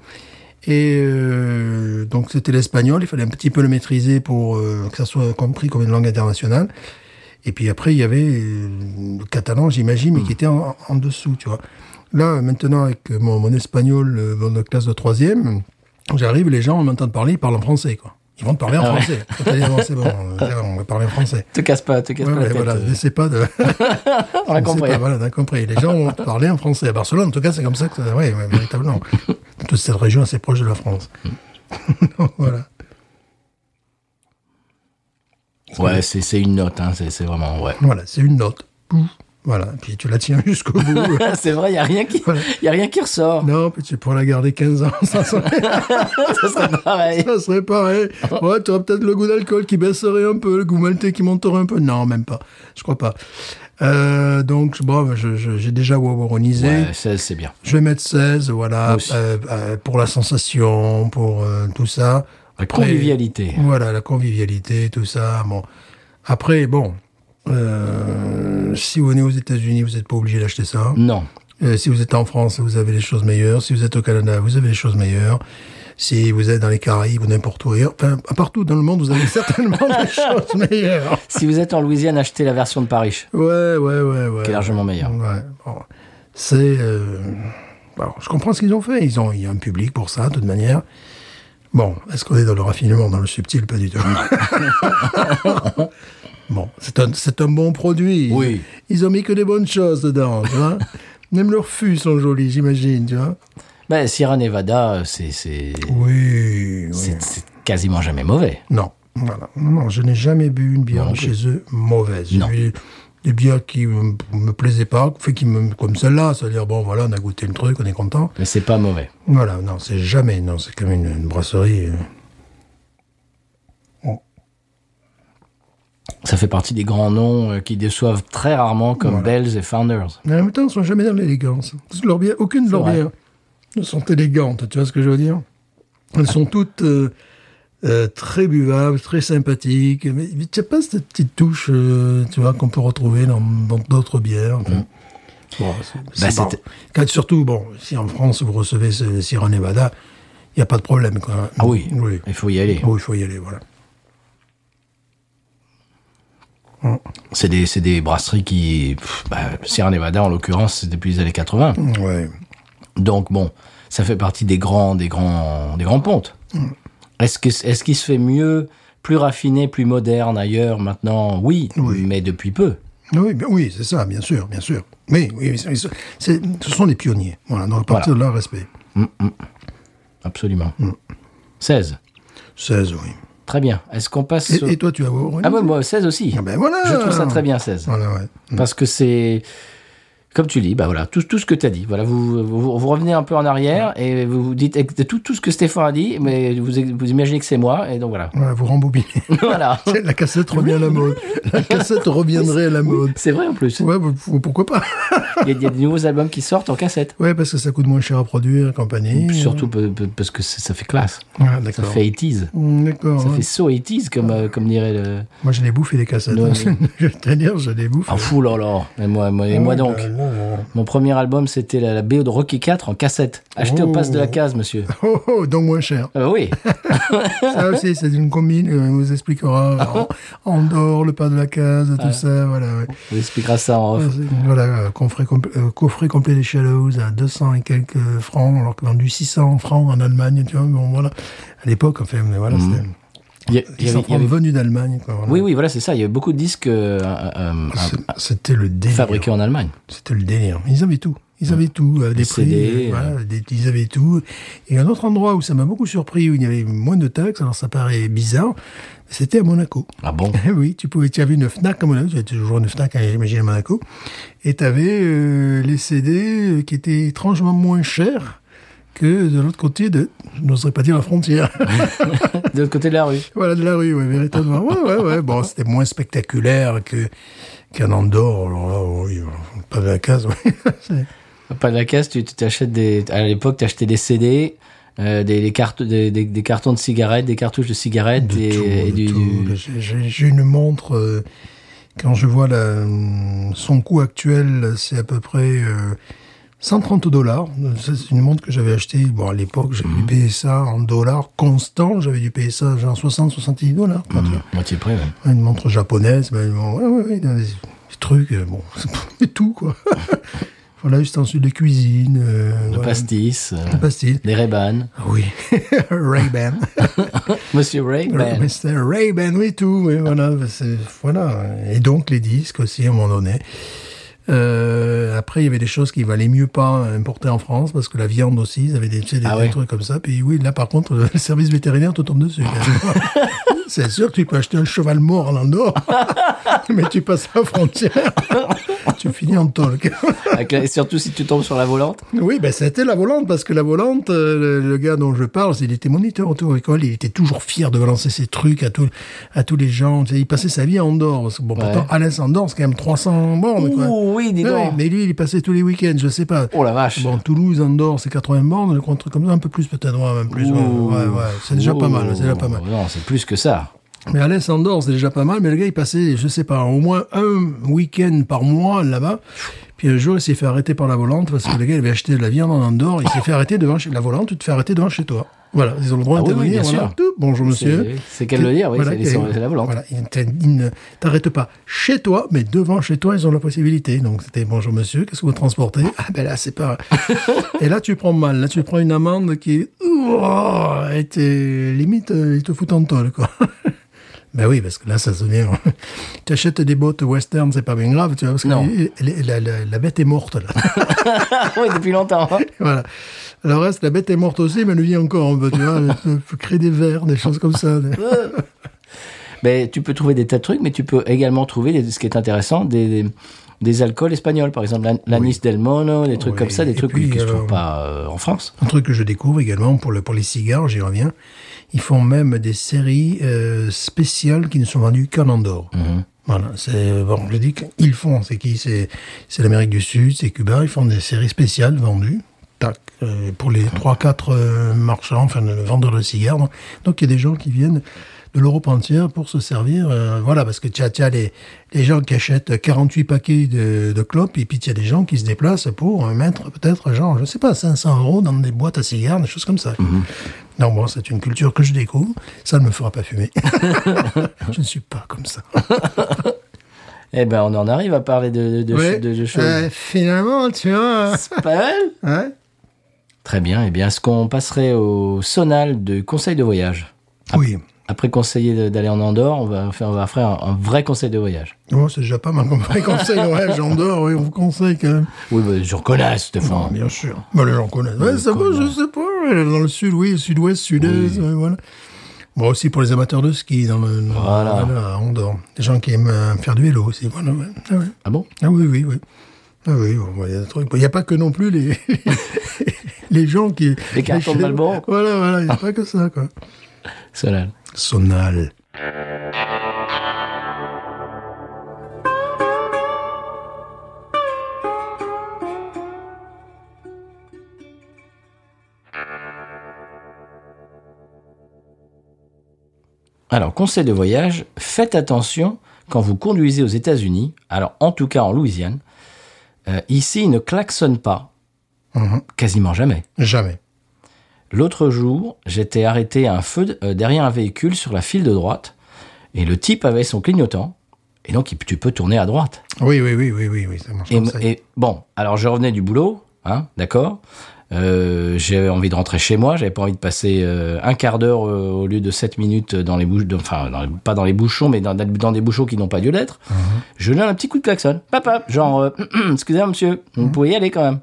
[SPEAKER 2] Et euh, donc c'était l'espagnol, il fallait un petit peu le maîtriser pour euh, que ça soit compris comme une langue internationale. Et puis après, il y avait euh, le catalan, j'imagine,
[SPEAKER 1] Hmm.
[SPEAKER 2] mais qui était en, en dessous, tu vois. Là, maintenant, avec mon, mon espagnol euh, dans la classe de troisième, j'arrive, les gens m'entendent parler, ils parlent en français, quoi. Ils vont te parler en
[SPEAKER 1] Ah
[SPEAKER 2] français. Quand t'as dit, Bon, c'est bon, euh, on va parler en français.
[SPEAKER 1] Te casse pas, te casse
[SPEAKER 2] Ouais,
[SPEAKER 1] pas la
[SPEAKER 2] ouais,
[SPEAKER 1] tête.
[SPEAKER 2] voilà,
[SPEAKER 1] euh,
[SPEAKER 2] n'essaie pas de...
[SPEAKER 1] on l'a
[SPEAKER 2] Je sais
[SPEAKER 1] compris.
[SPEAKER 2] pas, voilà, t'as compris. Les gens vont te parler en français. À Barcelone, en tout cas, c'est comme ça que ça. Ouais, ouais, véritablement. Toute cette région assez proche de la France.
[SPEAKER 1] Hmm.
[SPEAKER 2] Donc, voilà.
[SPEAKER 1] Ouais, c'est c'est une note, hein, c'est c'est vraiment, ouais.
[SPEAKER 2] Voilà, c'est une note. Voilà, puis tu la tiens jusqu'au bout.
[SPEAKER 1] c'est vrai, il n'y a, rien qui-
[SPEAKER 2] Voilà.
[SPEAKER 1] y a rien qui ressort.
[SPEAKER 2] non, puis tu pourras la garder 15 ans, ça serait,
[SPEAKER 1] Ça serait pareil.
[SPEAKER 2] ça serait pareil. Ouais, tu auras peut-être le goût d'alcool qui baisserait un peu, le goût maltais qui monterait un peu. Non, même pas, je crois pas. Euh, donc, bon, je- je- j'ai déjà wawaronisé.
[SPEAKER 1] Ouais, ça, c'est bien.
[SPEAKER 2] Je vais mettre 16,
[SPEAKER 1] Moi
[SPEAKER 2] voilà,
[SPEAKER 1] aussi.
[SPEAKER 2] euh, euh, pour la sensation, pour euh, tout ça.
[SPEAKER 1] La
[SPEAKER 2] Après-
[SPEAKER 1] convivialité.
[SPEAKER 2] Voilà, la convivialité, tout ça. Bon. Après, bon, euh, si vous venez aux États-Unis, vous n'êtes pas obligé d'acheter ça.
[SPEAKER 1] Non.
[SPEAKER 2] Euh, si vous êtes en France, vous avez les choses meilleures. Si vous êtes au Canada, vous avez les choses meilleures. Si vous êtes dans les Caraïbes ou n'importe où ailleurs, enfin, partout dans le monde, vous avez certainement des choses meilleures.
[SPEAKER 1] Si vous êtes en Louisiane, achetez la version de Paris,
[SPEAKER 2] Ouais, ouais, ouais, ouais.
[SPEAKER 1] qui est largement meilleure.
[SPEAKER 2] Ouais, bon. C'est. euh, bon, je comprends ce qu'ils ont fait. Ils ont, il y a un public pour ça, de toute manière. Bon, est-ce qu'on est dans le raffinement, dans le subtil Pas du tout. bon, c'est un, c'est un bon produit.
[SPEAKER 1] Oui.
[SPEAKER 2] Ils ont mis que des bonnes choses dedans, tu vois. Même leurs fûts sont jolis, j'imagine, tu vois.
[SPEAKER 1] Ben, Sierra Nevada, euh, c'est c'est-
[SPEAKER 2] Oui, oui.
[SPEAKER 1] c'est- c'est quasiment jamais mauvais.
[SPEAKER 2] Non, voilà. Non, non, je n'ai jamais bu une bière de chez eux mauvaise. J'ai
[SPEAKER 1] Non.
[SPEAKER 2] bu des bières qui me, me plaisaient pas, fait qui me, comme celle-là, c'est-à-dire bon voilà, on a goûté le truc, on est content.
[SPEAKER 1] Mais c'est pas mauvais.
[SPEAKER 2] Voilà, non, c'est jamais, non, c'est comme une, une brasserie. euh.
[SPEAKER 1] Ça fait partie des grands noms euh, qui déçoivent très rarement, comme Bells et Founders.
[SPEAKER 2] Mais en même temps, ils sont jamais dans l'élégance. Toutes leurs bières- aucune de leurs
[SPEAKER 1] vrai.
[SPEAKER 2] bières ne sont élégantes, tu vois ce que je veux dire Elles sont toutes euh, euh, très buvables, très sympathiques, mais tu sais pas cette petite touche, euh, tu vois, qu'on peut retrouver dans dans d'autres bières. enfin. Bon, c'est- c'est
[SPEAKER 1] Mm. Bah, c'était-
[SPEAKER 2] bon. Quand- surtout, bon, si en France vous recevez ce Sierra Nevada, il n'y a pas de problème. Quoi.
[SPEAKER 1] Ah oui,
[SPEAKER 2] Oui,
[SPEAKER 1] il faut y aller.
[SPEAKER 2] Oh, il faut y aller, voilà.
[SPEAKER 1] C'est des, c'est des brasseries qui... pff, bah, Sierra Nevada, en l'occurrence, c'est depuis les années 80.
[SPEAKER 2] Ouais. Mm.
[SPEAKER 1] Donc bon, ça fait partie des grands, des grands, des grands pontes.
[SPEAKER 2] Mm.
[SPEAKER 1] Est-ce que est-ce qu'il se fait mieux, plus raffiné, plus moderne ailleurs maintenant oui,
[SPEAKER 2] Oui.
[SPEAKER 1] mais depuis peu.
[SPEAKER 2] Oui, bien- oui c'est ça, bien sûr, bien sûr. Mais oui, c'est- c'est- c'est- ce sont des pionniers. Voilà, donc à partir de là, respect.
[SPEAKER 1] Absolument.
[SPEAKER 2] Mm.
[SPEAKER 1] 16.
[SPEAKER 2] 16, oui.
[SPEAKER 1] Très bien. Est-ce qu'on passe sur-
[SPEAKER 2] Et, et toi, tu as Warren
[SPEAKER 1] Ah moi, moi 16 aussi.
[SPEAKER 2] Ah ben voilà
[SPEAKER 1] Je trouve ça très bien 16
[SPEAKER 2] Voilà, ouais.
[SPEAKER 1] parce que c'est comme tu dis, bah voilà, tout, tout ce que tu as dit. Voilà, vous, vous, vous revenez un peu en arrière et vous vous dites ex- tout, tout ce que Stéphane a dit, mais vous, vous imaginez que c'est moi, et donc voilà.
[SPEAKER 2] Voilà, vous rembobinez.
[SPEAKER 1] voilà.
[SPEAKER 2] la cassette revient à la mode. La cassette reviendrait à la mode.
[SPEAKER 1] C'est vrai en plus.
[SPEAKER 2] Ouais, bah, pour- pourquoi pas
[SPEAKER 1] Il y a- il y a des nouveaux albums qui sortent en cassette.
[SPEAKER 2] Ouais, parce que ça coûte moins cher à produire et compagnie.
[SPEAKER 1] Surtout pe- pe- parce que c'est- ça fait classe.
[SPEAKER 2] Ah,
[SPEAKER 1] Ça
[SPEAKER 2] d'accord.
[SPEAKER 1] fait 80s.
[SPEAKER 2] Mm, D'accord.
[SPEAKER 1] Ça
[SPEAKER 2] ouais.
[SPEAKER 1] fait so 80s, comme, euh, comme dirait le.
[SPEAKER 2] Moi, je les bouffé, les cassettes.
[SPEAKER 1] Non,
[SPEAKER 2] je vais te dire, je Oh les bouffe.
[SPEAKER 1] Ah, fou, là, là. Ah, bah Et moi, moi, et moi donc. Mon premier album, c'était la, la BO de Rocky 4 en cassette. Acheté au
[SPEAKER 2] Oh.
[SPEAKER 1] passe de la case, monsieur.
[SPEAKER 2] Oh, oh, donc moins cher.
[SPEAKER 1] Euh, oui.
[SPEAKER 2] Ça aussi, c'est une combine, euh, on vous
[SPEAKER 1] Ah
[SPEAKER 2] expliquera. En, en dehors, le pas de la case, tout ça, voilà. ouais.
[SPEAKER 1] On vous expliquera ça en off.
[SPEAKER 2] Voilà, euh, coffret, compl- euh, coffret complet des Shallows à 200 et quelques francs, alors que vendu 600 francs en Allemagne, tu vois, bon voilà. À l'époque, enfin, mais voilà, c'était
[SPEAKER 1] Il y a- Mhm. il y
[SPEAKER 2] 600
[SPEAKER 1] avait- il y
[SPEAKER 2] francs
[SPEAKER 1] avait-
[SPEAKER 2] venus d'Allemagne, quoi. voilà.
[SPEAKER 1] Oui, oui, voilà, c'est ça. Il y avait beaucoup de disques euh, euh, euh,
[SPEAKER 2] Ah, C'est- C'était le délire.
[SPEAKER 1] fabriqués en Allemagne.
[SPEAKER 2] C'était le délire. Ils avaient tout. Ils avaient tout, euh, des prix,
[SPEAKER 1] CD,
[SPEAKER 2] euh, voilà, des- ils avaient tout. Et un autre endroit où ça m'a beaucoup surpris, où il y avait moins de taxes, alors ça paraît bizarre, c'était à Monaco.
[SPEAKER 1] Ah bon
[SPEAKER 2] Eh oui, tu pouvais, tu avais une Fnac à Monaco, tu avais toujours une Fnac, hein, j'imagine, à Monaco, et tu avais les CD euh, qui étaient étrangement moins chers que de l'autre côté de, je n'oserais pas dire la frontière,
[SPEAKER 1] De l'autre côté de la rue.
[SPEAKER 2] voilà, de la rue, ouais, véritablement. Ouais, ouais, ouais, bon, c'était moins spectaculaire que qu'en Andorre, alors là, oui, pas de la case, ouais. C'est-
[SPEAKER 1] Pas de la caisse, tu tu t'achètes des. À l'époque, t'achetais des CD, euh, des, des cartes, des, des- des cartons de cigarettes, des cartouches de cigarettes
[SPEAKER 2] De
[SPEAKER 1] et,
[SPEAKER 2] tout,
[SPEAKER 1] et
[SPEAKER 2] de
[SPEAKER 1] du-
[SPEAKER 2] tout.
[SPEAKER 1] du-
[SPEAKER 2] J'ai- J'ai j'ai une montre. euh, quand je vois la, son coût actuel, c'est à peu près euh, 130 dollars. C'est une montre que j'avais achetée. Bon, à l'époque, j'avais
[SPEAKER 1] Mhm.
[SPEAKER 2] dû payer ça en dollars constants. J'avais dû payer ça genre 60, 70 dollars.
[SPEAKER 1] Mhm.
[SPEAKER 2] quoi, tu vois.
[SPEAKER 1] Mm, Moitié prix, même.
[SPEAKER 2] Une montre japonaise. Ben, bon, ouais, ouais, ouais, des, des trucs. euh, Bon, c'est tout, quoi. voilà, juste ensuite de cuisine. Euh,
[SPEAKER 1] De
[SPEAKER 2] voilà.
[SPEAKER 1] pastis, euh,
[SPEAKER 2] De pastilles.
[SPEAKER 1] des Ray-Ban.
[SPEAKER 2] Ah Oui, Ray-Ban.
[SPEAKER 1] Monsieur Ray-Ban.
[SPEAKER 2] Mr. Ray-Ban, oui, tout, oui, voilà, c'est- voilà. Et donc, les disques aussi, à un moment donné. Euh, après, il y avait des choses qu'il valait mieux pas importer en France parce que la viande aussi, ils avaient des, tu sais, des-
[SPEAKER 1] Ah
[SPEAKER 2] des
[SPEAKER 1] ouais.
[SPEAKER 2] trucs comme ça. Puis oui, là par contre, le service vétérinaire te tombe dessus. C'est sûr que tu peux acheter un cheval mort en Andorre, mais tu passes la frontière, tu finis en tolque.
[SPEAKER 1] Avec la- surtout si tu tombes sur la volante.
[SPEAKER 2] Oui, ben c'était la volante, parce que la volante, euh, le, le gars dont je parle, il était moniteur auto-école, il était toujours fier de balancer ses trucs à, tout, à tous les gens. Tu sais, Il passait sa vie en Andorre. parce que, bon, pourtant,
[SPEAKER 1] Ouais.
[SPEAKER 2] Alès Andorre, c'est quand même 300 bornes. quoi.
[SPEAKER 1] Ouh, oui, dis
[SPEAKER 2] Ouais,
[SPEAKER 1] donc.
[SPEAKER 2] mais lui, il y passait tous les week-ends, je sais pas.
[SPEAKER 1] Oh la vache.
[SPEAKER 2] Bon, Toulouse, Andorre, c'est 80 bornes, le truc comme ça, un peu plus peut-être, ouais, même plus. ouais,
[SPEAKER 1] Ouh.
[SPEAKER 2] ouais, ouais, c'est déjà pas mal, c'est déjà pas mal.
[SPEAKER 1] Ouh, Non, c'est plus que ça.
[SPEAKER 2] Mais Alès Andorre, c'est déjà pas mal, mais le gars, il passait, je sais pas, au moins un week-end par mois là-bas. Puis un jour, il s'est fait arrêter par la volante parce que le gars, il avait acheté de la viande en Andorre. Il s'est fait arrêter devant chez la volante, tu te fais arrêter devant chez toi. Voilà, ils ont le droit
[SPEAKER 1] Ah oui,
[SPEAKER 2] d'intervenir.
[SPEAKER 1] oui, bien
[SPEAKER 2] voilà.
[SPEAKER 1] sûr.
[SPEAKER 2] Tout, Bonjour monsieur.
[SPEAKER 1] C'est- C'est qu'elle le dire, oui,
[SPEAKER 2] Voilà,
[SPEAKER 1] c'est les-
[SPEAKER 2] et-
[SPEAKER 1] c'est la volante.
[SPEAKER 2] Voilà, ils ne- ils ne t'arrêtent pas chez toi, mais devant chez toi, ils ont la possibilité. Donc c'était bonjour monsieur, qu'est-ce que vous transportez Ah ben là, c'est pas. et là, tu prends mal. Là, tu prends une amende qui est. Ouah, et t'es- limite, euh, ils te foutent en tôle, quoi. Ben oui, parce que là, ça se devient. Tu achètes des bottes western, c'est pas bien grave, tu vois, parce que
[SPEAKER 1] Non.
[SPEAKER 2] la, la- la- la bête est morte, là.
[SPEAKER 1] oui, depuis longtemps. hein.
[SPEAKER 2] voilà. Le reste, la bête est morte aussi, mais elle vit encore un peu, tu vois. Elle peut créer des vers, des choses comme ça.
[SPEAKER 1] Mais Ben, tu peux trouver des tas de trucs, mais tu peux également trouver, des- ce qui est intéressant, des, des, des alcools espagnols, par exemple, l'an- l'anis del mono, des trucs
[SPEAKER 2] Oui.
[SPEAKER 1] comme ça, des
[SPEAKER 2] Et
[SPEAKER 1] trucs
[SPEAKER 2] puis,
[SPEAKER 1] qui ne se
[SPEAKER 2] alors-
[SPEAKER 1] trouvent pas euh, en France.
[SPEAKER 2] Un truc que je découvre également pour, le, pour les cigares, j'y reviens. Ils font même des séries euh, spéciales qui ne sont vendues qu'en Andorre. Voilà, c'est bon, je dis qu'ils font, c'est qui C'est c'est l'Amérique du Sud, c'est Cuba, ils font des séries spéciales vendues. Tac, euh, pour les 3-4 marchands, enfin le vendeurs de cigares. Donc, donc, il y a des gens qui viennent de l'Europe entière pour se servir. euh, voilà, parce que tu as, tu as les, les gens qui achètent 48 paquets de, de clopes, et puis tu as des gens qui se déplacent pour euh, mettre peut-être, genre, je sais pas, 500 euros dans des boîtes à cigares, des choses comme ça.
[SPEAKER 1] Mm-hmm.
[SPEAKER 2] Non, bon, c'est une culture que je découvre. Ça ne me fera pas fumer. je ne suis pas comme ça.
[SPEAKER 1] Eh ben, on en arrive à parler de, de, de,
[SPEAKER 2] Ouais.
[SPEAKER 1] cho- de- de choses.
[SPEAKER 2] Euh, finalement, tu vois. hein.
[SPEAKER 1] C'est pas mal.
[SPEAKER 2] ouais.
[SPEAKER 1] Très bien. Eh bien, est-ce qu'on passerait au sonal du conseil de voyage
[SPEAKER 2] Oui.
[SPEAKER 1] Après conseiller de- d'aller en Andorre, on va faire, on va faire un, un vrai conseil de voyage.
[SPEAKER 2] Oh, c'est déjà pas mal comme vrai conseil. Ouais, j'en dors, oui, on vous conseille quand même.
[SPEAKER 1] Oui, bah, je reconnais, Stéphane.
[SPEAKER 2] bien sûr. Bah, les gens connaissent. Ouais, ça va,
[SPEAKER 1] connaissent.
[SPEAKER 2] je sais pas. ouais, Dans le sud, oui, sud-ouest, sud-est, ouais, voilà. Bon, aussi pour les amateurs de ski, dans le. dans-
[SPEAKER 1] Voilà.
[SPEAKER 2] voilà, on dort. Les gens qui aiment euh, faire du vélo aussi. Voilà, ouais. Ah, ouais.
[SPEAKER 1] Ah bon
[SPEAKER 2] Ah oui, oui, oui. Ah oui, bon, il y a des trucs. Il n'y a pas que non plus les, les gens qui.
[SPEAKER 1] Les cartons de Malboro.
[SPEAKER 2] Voilà, voilà, il n'y a pas que ça, quoi.
[SPEAKER 1] Sonal.
[SPEAKER 2] Sonal.
[SPEAKER 1] Alors, conseil de voyage, faites attention quand vous conduisez aux États-Unis, alors en tout cas en Louisiane. Euh, ici, ils ne klaxonnent pas,
[SPEAKER 2] Mhm.
[SPEAKER 1] quasiment jamais.
[SPEAKER 2] Jamais.
[SPEAKER 1] L'autre jour, j'étais arrêté à un feu de- euh, derrière un véhicule sur la file de droite, et le type avait son clignotant, et donc il- tu peux tourner à droite.
[SPEAKER 2] Oui, oui, oui, oui, oui, oui, ça marche
[SPEAKER 1] Et,
[SPEAKER 2] comme ça.
[SPEAKER 1] et- bon, alors je revenais du boulot, hein, d'accord. Euh, j'avais envie de rentrer chez moi, j'avais pas envie de passer euh, un quart d'heure euh, au lieu de 7 minutes dans les bouches, enfin dans les- pas dans les bouchons, mais dans, dans des bouchons qui n'ont pas lieu d'être.
[SPEAKER 2] Mhm.
[SPEAKER 1] Je donne un petit coup de klaxon, papa, genre euh, excusez-moi monsieur, vous
[SPEAKER 2] Mhm.
[SPEAKER 1] pouvez y aller quand même.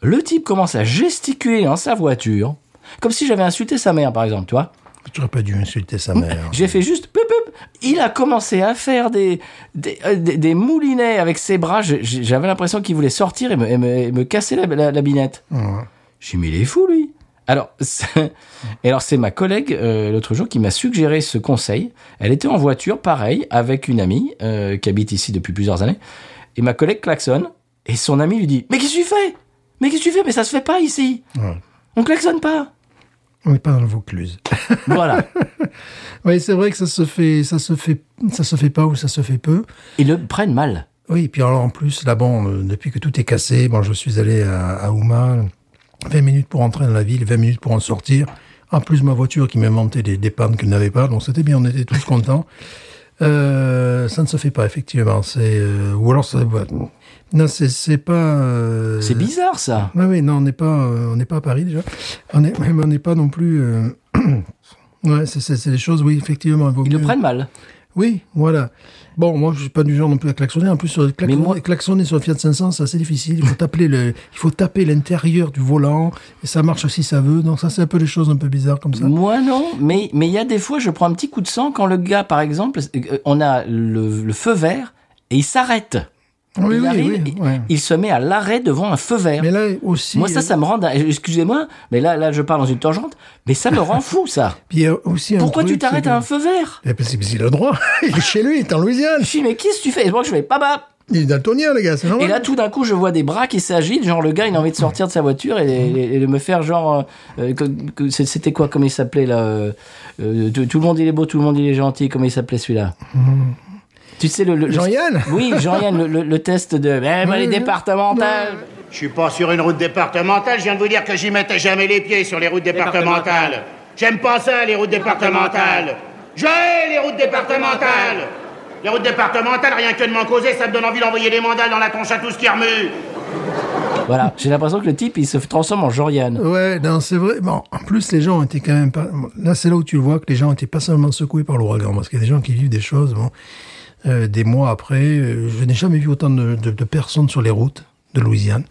[SPEAKER 1] Le type commence à gesticuler dans sa voiture, comme si j'avais insulté sa mère par exemple, tu vois.
[SPEAKER 2] Tu n'aurais pas dû insulter sa mère.
[SPEAKER 1] J'ai fait juste poup, poup. Il a commencé à faire des, des, euh, des- des moulinets avec ses bras. Je- je- J'avais l'impression qu'il voulait sortir et me, et me- et me casser la, la, la binette.
[SPEAKER 2] Ouais.
[SPEAKER 1] J'ai mis les fous, lui. Alors, c'est- et alors c'est ma collègue euh, l'autre jour qui m'a suggéré ce conseil. Elle était en voiture, pareil, avec une amie euh, qui habite ici depuis plusieurs années. Et ma collègue klaxonne et son ami lui dit Mais qu'est-ce que tu fais Mais qu'est-ce que tu fais Mais ça se fait pas ici.
[SPEAKER 2] Ouais.
[SPEAKER 1] On klaxonne pas.
[SPEAKER 2] On n'est pas dans le Vaucluse.
[SPEAKER 1] Voilà.
[SPEAKER 2] oui, c'est vrai que ça se fait, ça se fait, ça se fait pas ou ça se fait peu.
[SPEAKER 1] Ils le prennent mal.
[SPEAKER 2] Oui, et puis alors en plus, là, bon, euh, depuis que tout est cassé, bon, je suis allé à, à Houma, 20 minutes pour entrer dans la ville, 20 minutes pour en sortir. En plus, ma voiture qui m'inventait des, des pannes qu'elle n'avait pas, donc c'était bien, on était tous contents. Euh, ça ne se fait pas, effectivement. C'est euh, ou alors ça, ouais. non, c'est c'est pas. euh,
[SPEAKER 1] C'est bizarre ça.
[SPEAKER 2] Oui, oui, non, on n'est pas, euh, on n'est pas à Paris déjà. On est, mais on n'est pas non plus. euh, ouais, c'est- c'est c'est des choses, oui, effectivement. il vaut
[SPEAKER 1] Ils le
[SPEAKER 2] mieux-
[SPEAKER 1] prennent mal.
[SPEAKER 2] Oui, voilà. Bon, moi, je suis pas du genre non plus à klaxonner. En plus, sur, klaxonner,
[SPEAKER 1] moi-
[SPEAKER 2] klaxonner sur le Fiat 500, c'est assez difficile. Il faut taper le, il faut taper l'intérieur du volant et ça marche si ça veut. Donc ça, c'est un peu des choses un peu bizarres comme ça.
[SPEAKER 1] Moi non, mais mais il y a des fois je prends un petit coup de sang quand le gars par exemple, euh, on a le, le feu vert et il s'arrête.
[SPEAKER 2] Oui,
[SPEAKER 1] il
[SPEAKER 2] oui,
[SPEAKER 1] arrive,
[SPEAKER 2] oui,
[SPEAKER 1] il-
[SPEAKER 2] ouais.
[SPEAKER 1] il se met à l'arrêt devant un feu vert.
[SPEAKER 2] Mais là euh, aussi.
[SPEAKER 1] Moi ça, ça me rend, dingue. Euh, excusez-moi, mais là là je parle dans une tangente, mais ça me rend fou ça.
[SPEAKER 2] Puis il y a aussi un
[SPEAKER 1] Pourquoi
[SPEAKER 2] truc,
[SPEAKER 1] tu t'arrêtes
[SPEAKER 2] c'est
[SPEAKER 1] à
[SPEAKER 2] que-
[SPEAKER 1] un feu vert
[SPEAKER 2] Eh ben, c'est- c'est le droit. il est chez lui, il est en Louisiane.
[SPEAKER 1] Je suis mais qu'est-ce que tu fais Et moi je fais pas bah.
[SPEAKER 2] Il est daltonien, les gars, c'est
[SPEAKER 1] Et
[SPEAKER 2] normal.
[SPEAKER 1] là tout d'un coup je vois des bras qui s'agitent, genre le gars il a envie de sortir de sa voiture et, et- et de me faire genre euh, que- que- c'était quoi comme il s'appelait là euh, euh, tout, tout le monde il est beau, tout le monde il est gentil, comment il s'appelait celui-là Tu sais le, le- le-
[SPEAKER 2] Hmm. Jean-Yann
[SPEAKER 1] Oui, Jean-Yann, le, le- le test de. Eh ben, les
[SPEAKER 2] oui.
[SPEAKER 1] départementales
[SPEAKER 3] Je suis pas sur une route départementale, je viens de vous dire que j'y mettais jamais les pieds sur les routes départementales. J'aime pas ça, les routes départementales. J'ai les routes départementales. Les routes départementales, rien que de m'en causer, ça me donne envie d'envoyer des mandales dans la tronche à tout ce qui remue.
[SPEAKER 1] Voilà, j'ai l'impression que le type, il se transforme en Jean-Yann.
[SPEAKER 2] Ouais, non, c'est vrai. Bon, en plus, les gens étaient quand même pas. bon, Là, c'est là où tu le vois que les gens étaient pas seulement secoués par l'ouragan, parce qu'il y a des gens qui vivent des choses, bon, euh, des mois après. euh, je n'ai jamais vu autant de, de- de personnes sur les routes de Louisiane.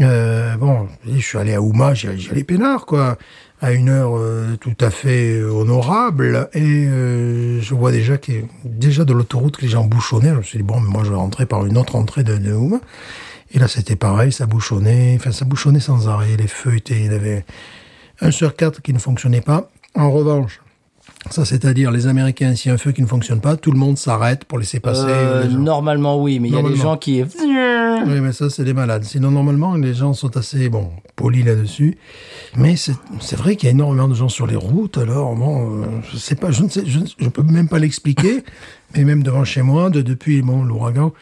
[SPEAKER 2] Euh, bon, je suis allé à Houma, j'y allais j'y allais peinard, quoi, à une heure euh, tout à fait honorable, et euh, je vois déjà que déjà de l'autoroute que les gens bouchonnaient. Je me suis dit bon, mais moi, je vais rentrer par une autre entrée de, de Houma. Et là, c'était pareil, ça bouchonnait, enfin, ça bouchonnait sans arrêt, les feux étaient, il y avait un sur quatre qui ne fonctionnait pas. En revanche, ça, c'est-à-dire, les Américains, s'il y a un feu qui ne fonctionne pas, tout le monde s'arrête pour laisser passer.
[SPEAKER 1] Euh,
[SPEAKER 2] les gens.
[SPEAKER 1] normalement, oui, mais il y a des
[SPEAKER 2] Normalement.
[SPEAKER 1] gens qui.
[SPEAKER 2] Oui, mais ça, c'est des malades. Sinon, normalement, les gens sont assez, bon, polis là-dessus. Mais c'est c'est vrai qu'il y a énormément de gens sur les routes, alors, bon, euh, je sais pas, je ne sais, je, ne- je peux même pas l'expliquer. mais même devant chez moi, de, depuis, bon, l'ouragan,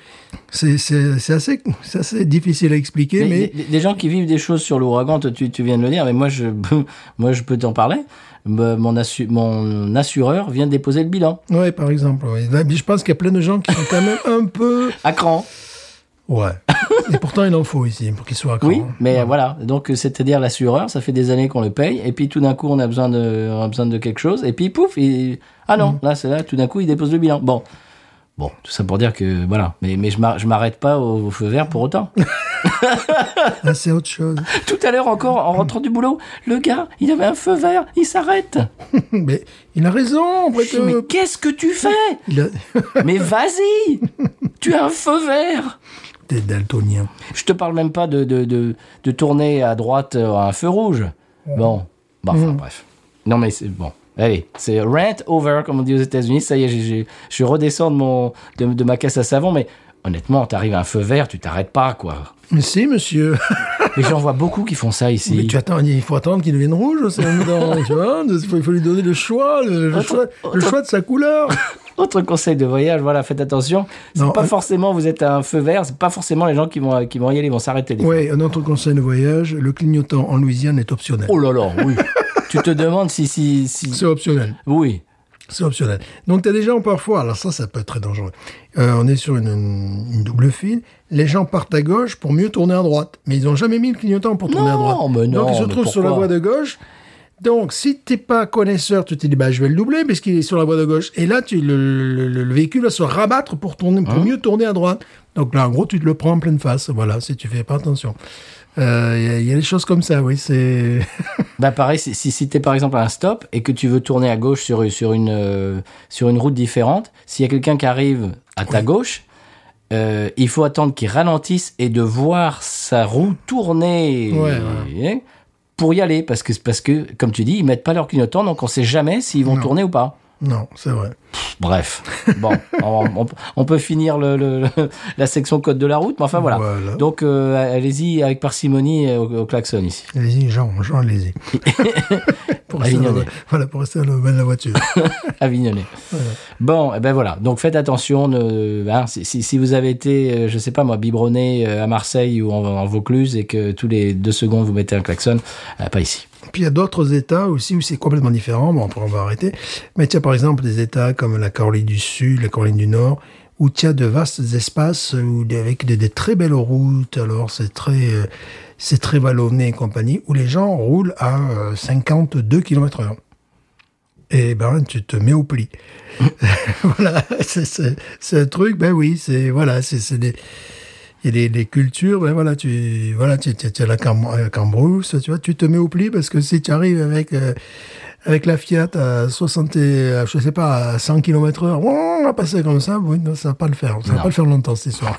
[SPEAKER 2] c'est c'est- c'est assez, c'est assez difficile à expliquer,
[SPEAKER 1] Des,
[SPEAKER 2] mais...
[SPEAKER 1] des- des gens qui vivent des choses sur l'ouragan, toi, tu, tu viens de le dire, mais moi je, moi, je peux t'en parler. Bah, Mon, assu- mon assureur vient de déposer le bilan.
[SPEAKER 2] Ouais, par exemple. ouais. Là, Je pense qu'il y a plein de gens qui sont quand même un peu.
[SPEAKER 1] À cran.
[SPEAKER 2] Ouais. Et pourtant, il en faut ici pour qu'ils soient à cran.
[SPEAKER 1] Oui, mais voilà. Donc, euh, c'est-à-dire l'assureur, ça fait des années qu'on le paye, et puis tout d'un coup, on a besoin de, on a besoin de quelque chose, et puis pouf, il- ah non, là, c'est là, tout d'un coup, il dépose le bilan. Bon. Bon, tout ça pour dire que, voilà. Mais, mais je m'ar- je m'arrête pas au, au feu vert pour autant.
[SPEAKER 2] Là, Ah, c'est autre chose.
[SPEAKER 1] tout à l'heure encore, en rentrant du boulot, le gars, il avait un feu vert, il s'arrête.
[SPEAKER 2] mais il a raison. après
[SPEAKER 1] Je dis, mais
[SPEAKER 2] que-
[SPEAKER 1] qu'est-ce que tu fais
[SPEAKER 2] Il a...
[SPEAKER 1] Mais vas-y Tu as un feu vert
[SPEAKER 2] T'es daltonien.
[SPEAKER 1] Je te parle même pas de, de, de, de tourner à droite euh, à un feu rouge. Bon, bah, enfin,
[SPEAKER 2] Mm.
[SPEAKER 1] bref. Non, mais c'est bon. Allez, c'est rant over, comme on dit aux États-Unis. Ça y est, j'ai- j'ai- je redescends de, mon, de, de ma caisse à savon, mais honnêtement, t'arrives à un feu vert, tu t'arrêtes pas, quoi.
[SPEAKER 2] Mais si, monsieur.
[SPEAKER 1] Mais j'en vois beaucoup qui font ça ici.
[SPEAKER 2] Mais tu attends, il faut attendre qu'il devienne rouge. C'est un dans- tu vois, il faut, il faut lui donner le choix, le, le choix, le choix de sa couleur.
[SPEAKER 1] Autre conseil de voyage, voilà, faites attention. C'est
[SPEAKER 2] Non,
[SPEAKER 1] pas
[SPEAKER 2] euh,
[SPEAKER 1] forcément, vous êtes à un feu vert, c'est pas forcément les gens qui vont, qui vont y aller, ils vont s'arrêter. des
[SPEAKER 2] Ouais, un autre conseil de voyage le clignotant en Louisiane est optionnel.
[SPEAKER 1] Oh là là, oui. tu te demandes si. si, si...
[SPEAKER 2] C'est optionnel.
[SPEAKER 1] Oui.
[SPEAKER 2] C'est optionnel. Donc, tu as des gens parfois, alors ça, ça peut être très dangereux. Euh, on est sur une, une double file. Les gens partent à gauche pour mieux tourner à droite. Mais ils n'ont jamais mis le clignotant pour tourner
[SPEAKER 1] Non,
[SPEAKER 2] à droite.
[SPEAKER 1] mais non,
[SPEAKER 2] Donc, ils se
[SPEAKER 1] mais
[SPEAKER 2] trouvent sur la
[SPEAKER 1] pourquoi
[SPEAKER 2] voie de gauche. Donc, si t'es pas connaisseur, tu te dis, bah, je vais le doubler parce qu'il est sur la voie de gauche. Et là, tu, le, le- le- le véhicule va se rabattre pour, tourner,
[SPEAKER 1] Hein
[SPEAKER 2] pour mieux tourner à droite. Donc là, en gros, tu te le prends en pleine face. Voilà, si tu fais pas attention. Euh, Il y, a- il y a des choses comme ça, oui. C'est.
[SPEAKER 1] Bah pareil, si, si, si t'es par exemple à un stop et que tu veux tourner à gauche sur, sur, une, euh, sur une route différente, s'il y a quelqu'un qui arrive à ta gauche, euh, il faut attendre qu'il ralentisse et de voir sa roue tourner
[SPEAKER 2] Ouais,
[SPEAKER 1] hein, pour y aller. Parce que, parce que, comme tu dis, ils mettent pas leur clignotant, donc on sait jamais s'ils vont
[SPEAKER 2] Non.
[SPEAKER 1] tourner ou pas.
[SPEAKER 2] non, c'est vrai.
[SPEAKER 1] Bref, bon, on, on- on peut finir le, le- le- la section code de la route, mais enfin voilà.
[SPEAKER 2] Voilà.
[SPEAKER 1] Donc euh, allez-y avec parcimonie euh, au, au klaxon ici.
[SPEAKER 2] Allez-y, Jean, Jean, allez-y. pour rester dans
[SPEAKER 1] Avignonnet.
[SPEAKER 2] le- voilà, pour rester dans le domaine de la voiture.
[SPEAKER 1] Avignonnet. Bon, et ben voilà. Donc faites attention. ne- hein, si, si- si vous avez été, euh, je sais pas moi, biberonné euh, à Marseille ou en, en Vaucluse et que tous les deux secondes vous mettez un klaxon, euh, pas ici.
[SPEAKER 2] Puis il y a d'autres États aussi où c'est complètement différent. Bon, après, on va arrêter. Mais tu as par exemple des États comme la Caroline du Sud, la Caroline du Nord, où tu as de vastes espaces où, des- avec des, des très belles routes. Alors, c'est très, euh, c'est très vallonné et compagnie, où les gens roulent à euh, 52 km/h. et ben tu te mets au pli. voilà, c'est c'est- c'est un truc, ben oui, c'est voilà, c'est c'est des il y a des, des cultures, ben voilà, tu voilà, tu, tu, tu as la cam- euh, cambrousse, tu vois, tu te mets au pli parce que si tu arrives avec euh, avec la Fiat à 60 et, à, je sais pas à 100 km/h, on va passer comme ça, oui, non, ça va pas le faire, ça va
[SPEAKER 1] Non.
[SPEAKER 2] pas le faire longtemps cette histoire.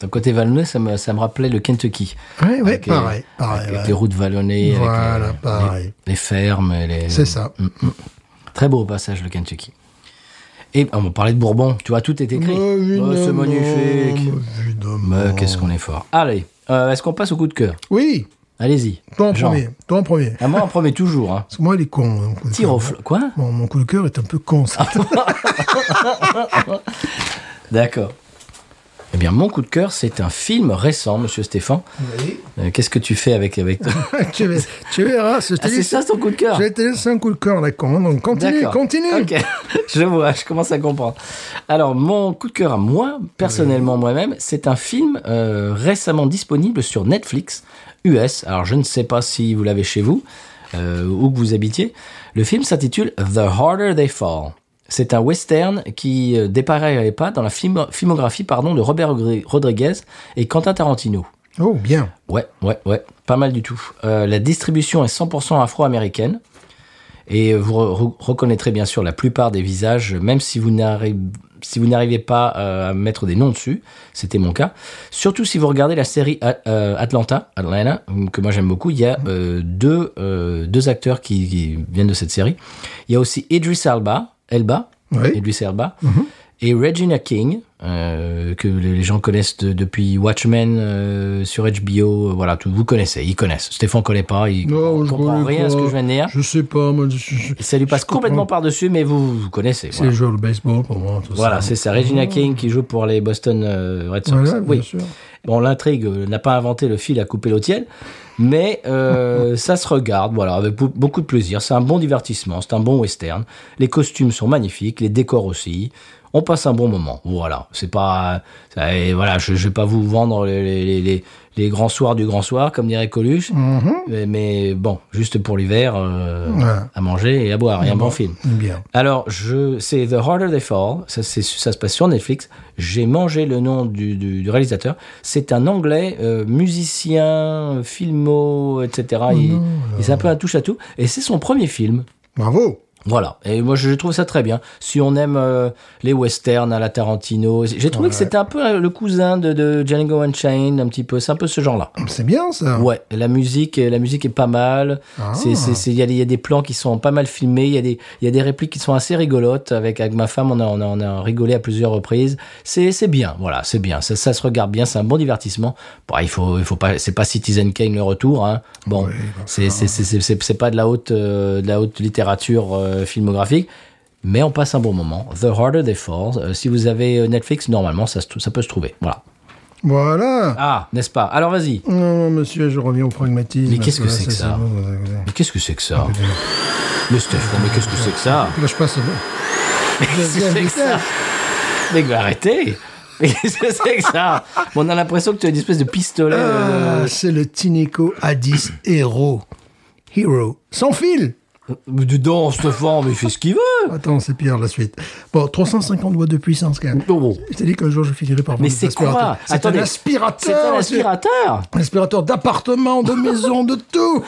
[SPEAKER 1] D'un côté vallonné, ça me, ça me rappelait le Kentucky.
[SPEAKER 2] ouais, ouais,
[SPEAKER 1] Avec les-
[SPEAKER 2] pareil, euh, pareil.
[SPEAKER 1] avec
[SPEAKER 2] ouais.
[SPEAKER 1] les routes vallonnées, avec
[SPEAKER 2] Voilà,
[SPEAKER 1] les-
[SPEAKER 2] pareil.
[SPEAKER 1] les, les fermes. et Les...
[SPEAKER 2] C'est ça.
[SPEAKER 1] Mm. Très beau au passage, le Kentucky. Et on parlait de Bourbon, tu vois, tout est écrit.
[SPEAKER 2] Oh,
[SPEAKER 1] Oh, c'est
[SPEAKER 2] évidemment,
[SPEAKER 1] magnifique.
[SPEAKER 2] évidemment.
[SPEAKER 1] Bah, Qu'est-ce qu'on est fort. Allez, euh, est-ce qu'on passe au coup de cœur
[SPEAKER 2] Oui,
[SPEAKER 1] Allez-y.
[SPEAKER 2] toi en
[SPEAKER 1] Jean.
[SPEAKER 2] premier. Toi en premier.
[SPEAKER 1] À Ah, moi en premier, toujours. Hein.
[SPEAKER 2] Parce que moi, il est con. mon coup de
[SPEAKER 1] Tire
[SPEAKER 2] cœur.
[SPEAKER 1] au fl- Ah. Quoi
[SPEAKER 2] Bon, mon coup de cœur est un peu con, ça.
[SPEAKER 1] D'accord. Eh bien, mon coup de cœur, c'est un film récent, monsieur Stéphane.
[SPEAKER 2] Oui.
[SPEAKER 1] Euh, Qu'est-ce que tu fais avec. avec...
[SPEAKER 2] tu, verras, tu verras. Je te
[SPEAKER 1] ah, c'est
[SPEAKER 2] dis,
[SPEAKER 1] ça ton coup de cœur
[SPEAKER 2] je te laisse un coup de cœur, là, con. Donc, continue,
[SPEAKER 1] D'accord.
[SPEAKER 2] continue.
[SPEAKER 1] Ok, je vois, je commence à comprendre. Alors, mon coup de cœur à moi, personnellement moi-même, c'est un film euh, récemment disponible sur Netflix US. Alors, je ne sais pas si vous l'avez chez vous, euh, où que vous habitiez. Le film s'intitule The Harder They Fall. C'est un western qui euh, dépareille pas dans la film- filmographie pardon, de Robert Rodri- Rodriguez et Quentin Tarantino.
[SPEAKER 2] Oh, bien.
[SPEAKER 1] Ouais, ouais, ouais, pas mal du tout. Euh, la distribution est 100% afro-américaine. Et vous re- re- reconnaîtrez bien sûr la plupart des visages, même si vous n'arrivez si vous n'arrivez pas euh, à mettre des noms dessus, c'était mon cas. Surtout si vous regardez la série A- euh, Atlanta, Atlanta, que moi j'aime beaucoup, il y a euh, deux, euh, deux acteurs qui, qui viennent de cette série. Il y a aussi Idris Elba, Elba,
[SPEAKER 2] Oui. Mhm.
[SPEAKER 1] Idris Elba, et Regina King, euh, que les les gens connaissent de- depuis Watchmen euh, sur HBO. euh, Voilà, tout, vous connaissez, ils connaissent. Stéphane connaît pas, il
[SPEAKER 2] Non, je
[SPEAKER 1] comprend
[SPEAKER 2] connais
[SPEAKER 1] rien à ce
[SPEAKER 2] pas.
[SPEAKER 1] que je viens de dire.
[SPEAKER 2] Je sais pas, moi. je- je- je-
[SPEAKER 1] Ça lui passe
[SPEAKER 2] je comprends.
[SPEAKER 1] complètement par-dessus, mais vous, vous connaissez.
[SPEAKER 2] C'est
[SPEAKER 1] Voilà,
[SPEAKER 2] le jeu de baseball pour moi, tout
[SPEAKER 1] Voilà,
[SPEAKER 2] ça.
[SPEAKER 1] c'est ça. Regina King qui joue pour les Boston euh, Red Sox.
[SPEAKER 2] Voilà, bien
[SPEAKER 1] oui.
[SPEAKER 2] sûr.
[SPEAKER 1] Bon, l'intrigue euh, n'a pas inventé le fil à couper l'eau tienne, mais euh, ça se regarde, voilà, avec bou- beaucoup de plaisir. C'est un bon divertissement, c'est un bon western. Les costumes sont magnifiques, les décors aussi. On passe un bon moment. Voilà, c'est pas, ça- et voilà, je, je vais pas vous vendre les, les- les- les grands soirs du grand soir, comme dirait Coluche. mais, mais bon, juste pour l'hiver, euh,
[SPEAKER 2] Ouais.
[SPEAKER 1] à manger et à boire, et un bon film.
[SPEAKER 2] Eh Bien.
[SPEAKER 1] Alors, je, c'est The Harder They Fall. Ça, c'est- ça se passe sur Netflix. J'ai mangé le nom du, du- du réalisateur. C'est un anglais, euh, musicien, filmo, etc. il, il est un peu un touche à tout. Et c'est son premier film.
[SPEAKER 2] Bravo.
[SPEAKER 1] Voilà. Et moi, je trouve ça très bien. Si on aime euh, les westerns à la Tarantino, j'ai trouvé que c'était un peu euh, le cousin de, de Django Unchained, un petit peu. C'est un peu ce genre-là.
[SPEAKER 2] C'est bien, ça.
[SPEAKER 1] Ouais, la musique, la musique est pas mal.
[SPEAKER 2] Hein Ah.
[SPEAKER 1] C'est, c'est, c'est- il y, a des- il y a des plans qui sont pas mal filmés. Il y a des, il y a des répliques qui sont assez rigolotes. Avec, avec ma femme, on a, on a, on a rigolé à plusieurs reprises. C'est, c'est bien. Voilà, c'est bien. Ça, ça se regarde bien. C'est un bon divertissement. Bon, il faut, il faut pas. C'est pas Citizen Kane le retour. Hein. Bon, c'est, c'est, c'est, c'est, c'est- c'est pas de la haute, euh, de la haute littérature euh, filmographique. Mais on passe un bon moment. The Harder They Fall. Euh, si vous avez euh, Netflix, normalement, ça, se trou- ça peut se trouver. Voilà.
[SPEAKER 2] Voilà.
[SPEAKER 1] Ah, n'est-ce pas Alors vas-y.
[SPEAKER 2] Non, monsieur, je reviens au pragmatisme.
[SPEAKER 1] Mais qu'est-ce que
[SPEAKER 2] Voilà,
[SPEAKER 1] c'est que ça
[SPEAKER 2] bon, voilà, voilà.
[SPEAKER 1] Mais qu'est-ce que c'est que ça Mais Steph, non, mais qu'est-ce que c'est que ça
[SPEAKER 2] Là, je passe.
[SPEAKER 1] Qu'est-ce que c'est que ça Mais que- arrêtez Mais qu'est-ce que c'est que ça On a l'impression que tu as une espèce de pistolet. euh,
[SPEAKER 2] Ah, c'est le Tinico Addis Hero. Hero. Sans fil
[SPEAKER 1] euh, Mais dedans, Stéphane, mais il fait ce qu'il veut
[SPEAKER 2] Attends, c'est pire la suite. Bon, 350 watts de puissance quand même.
[SPEAKER 1] Oh, bon.
[SPEAKER 2] Je t'ai dit qu'un jour je finirai par
[SPEAKER 1] Mais
[SPEAKER 2] vendre des
[SPEAKER 1] c'est quoi
[SPEAKER 2] aspirateurs. C'est un
[SPEAKER 1] Attendez,
[SPEAKER 2] aspirateur
[SPEAKER 1] C'est un
[SPEAKER 2] monsieur.
[SPEAKER 1] aspirateur
[SPEAKER 2] Un aspirateur d'appartement, de maison, de tout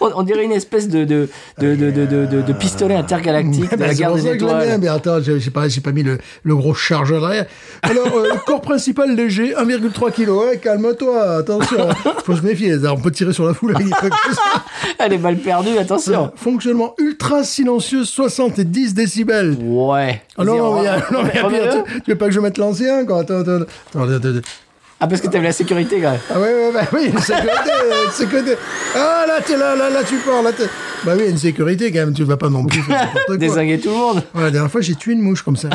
[SPEAKER 1] on, on dirait une espèce de, de, de, de, de, de- de- de pistolet intergalactique de
[SPEAKER 2] Ben,
[SPEAKER 1] la
[SPEAKER 2] c'est
[SPEAKER 1] guerre
[SPEAKER 2] pour
[SPEAKER 1] des
[SPEAKER 2] ça que je l'aime bien.
[SPEAKER 1] étoiles.
[SPEAKER 2] Mais attends, j'ai j'ai pas, j'ai pas mis le, le gros chargeur derrière. Alors, euh, corps principal léger, 1,3 kg. Ouais, calme-toi, attention. Faut se méfier. On peut tirer sur la foule avec des trucs comme ça.
[SPEAKER 1] Elle est mal perdue, attention
[SPEAKER 2] Fonctionnement ultra silencieux, 70 décibels.
[SPEAKER 1] Ouais
[SPEAKER 2] Ah non, non, mais, euh, non, mais
[SPEAKER 1] Remets-le.
[SPEAKER 2] pire, tu, tu veux pas que je mette l'ancien, quoi. Attends, attends, attends, attends, attends.
[SPEAKER 1] Ah, parce que t'aimes la sécurité, quand même
[SPEAKER 2] Ah ouais, ouais, bah oui, une sécurité, une sécurité. Ah là, t'es là, là, là, tu pars, là, t'es... Bah oui, une sécurité, quand même, tu vas pas non plus faire n'importe quoi.
[SPEAKER 1] Désinguer tout le monde
[SPEAKER 2] Ouais, la dernière fois, j'ai tué une mouche comme ça.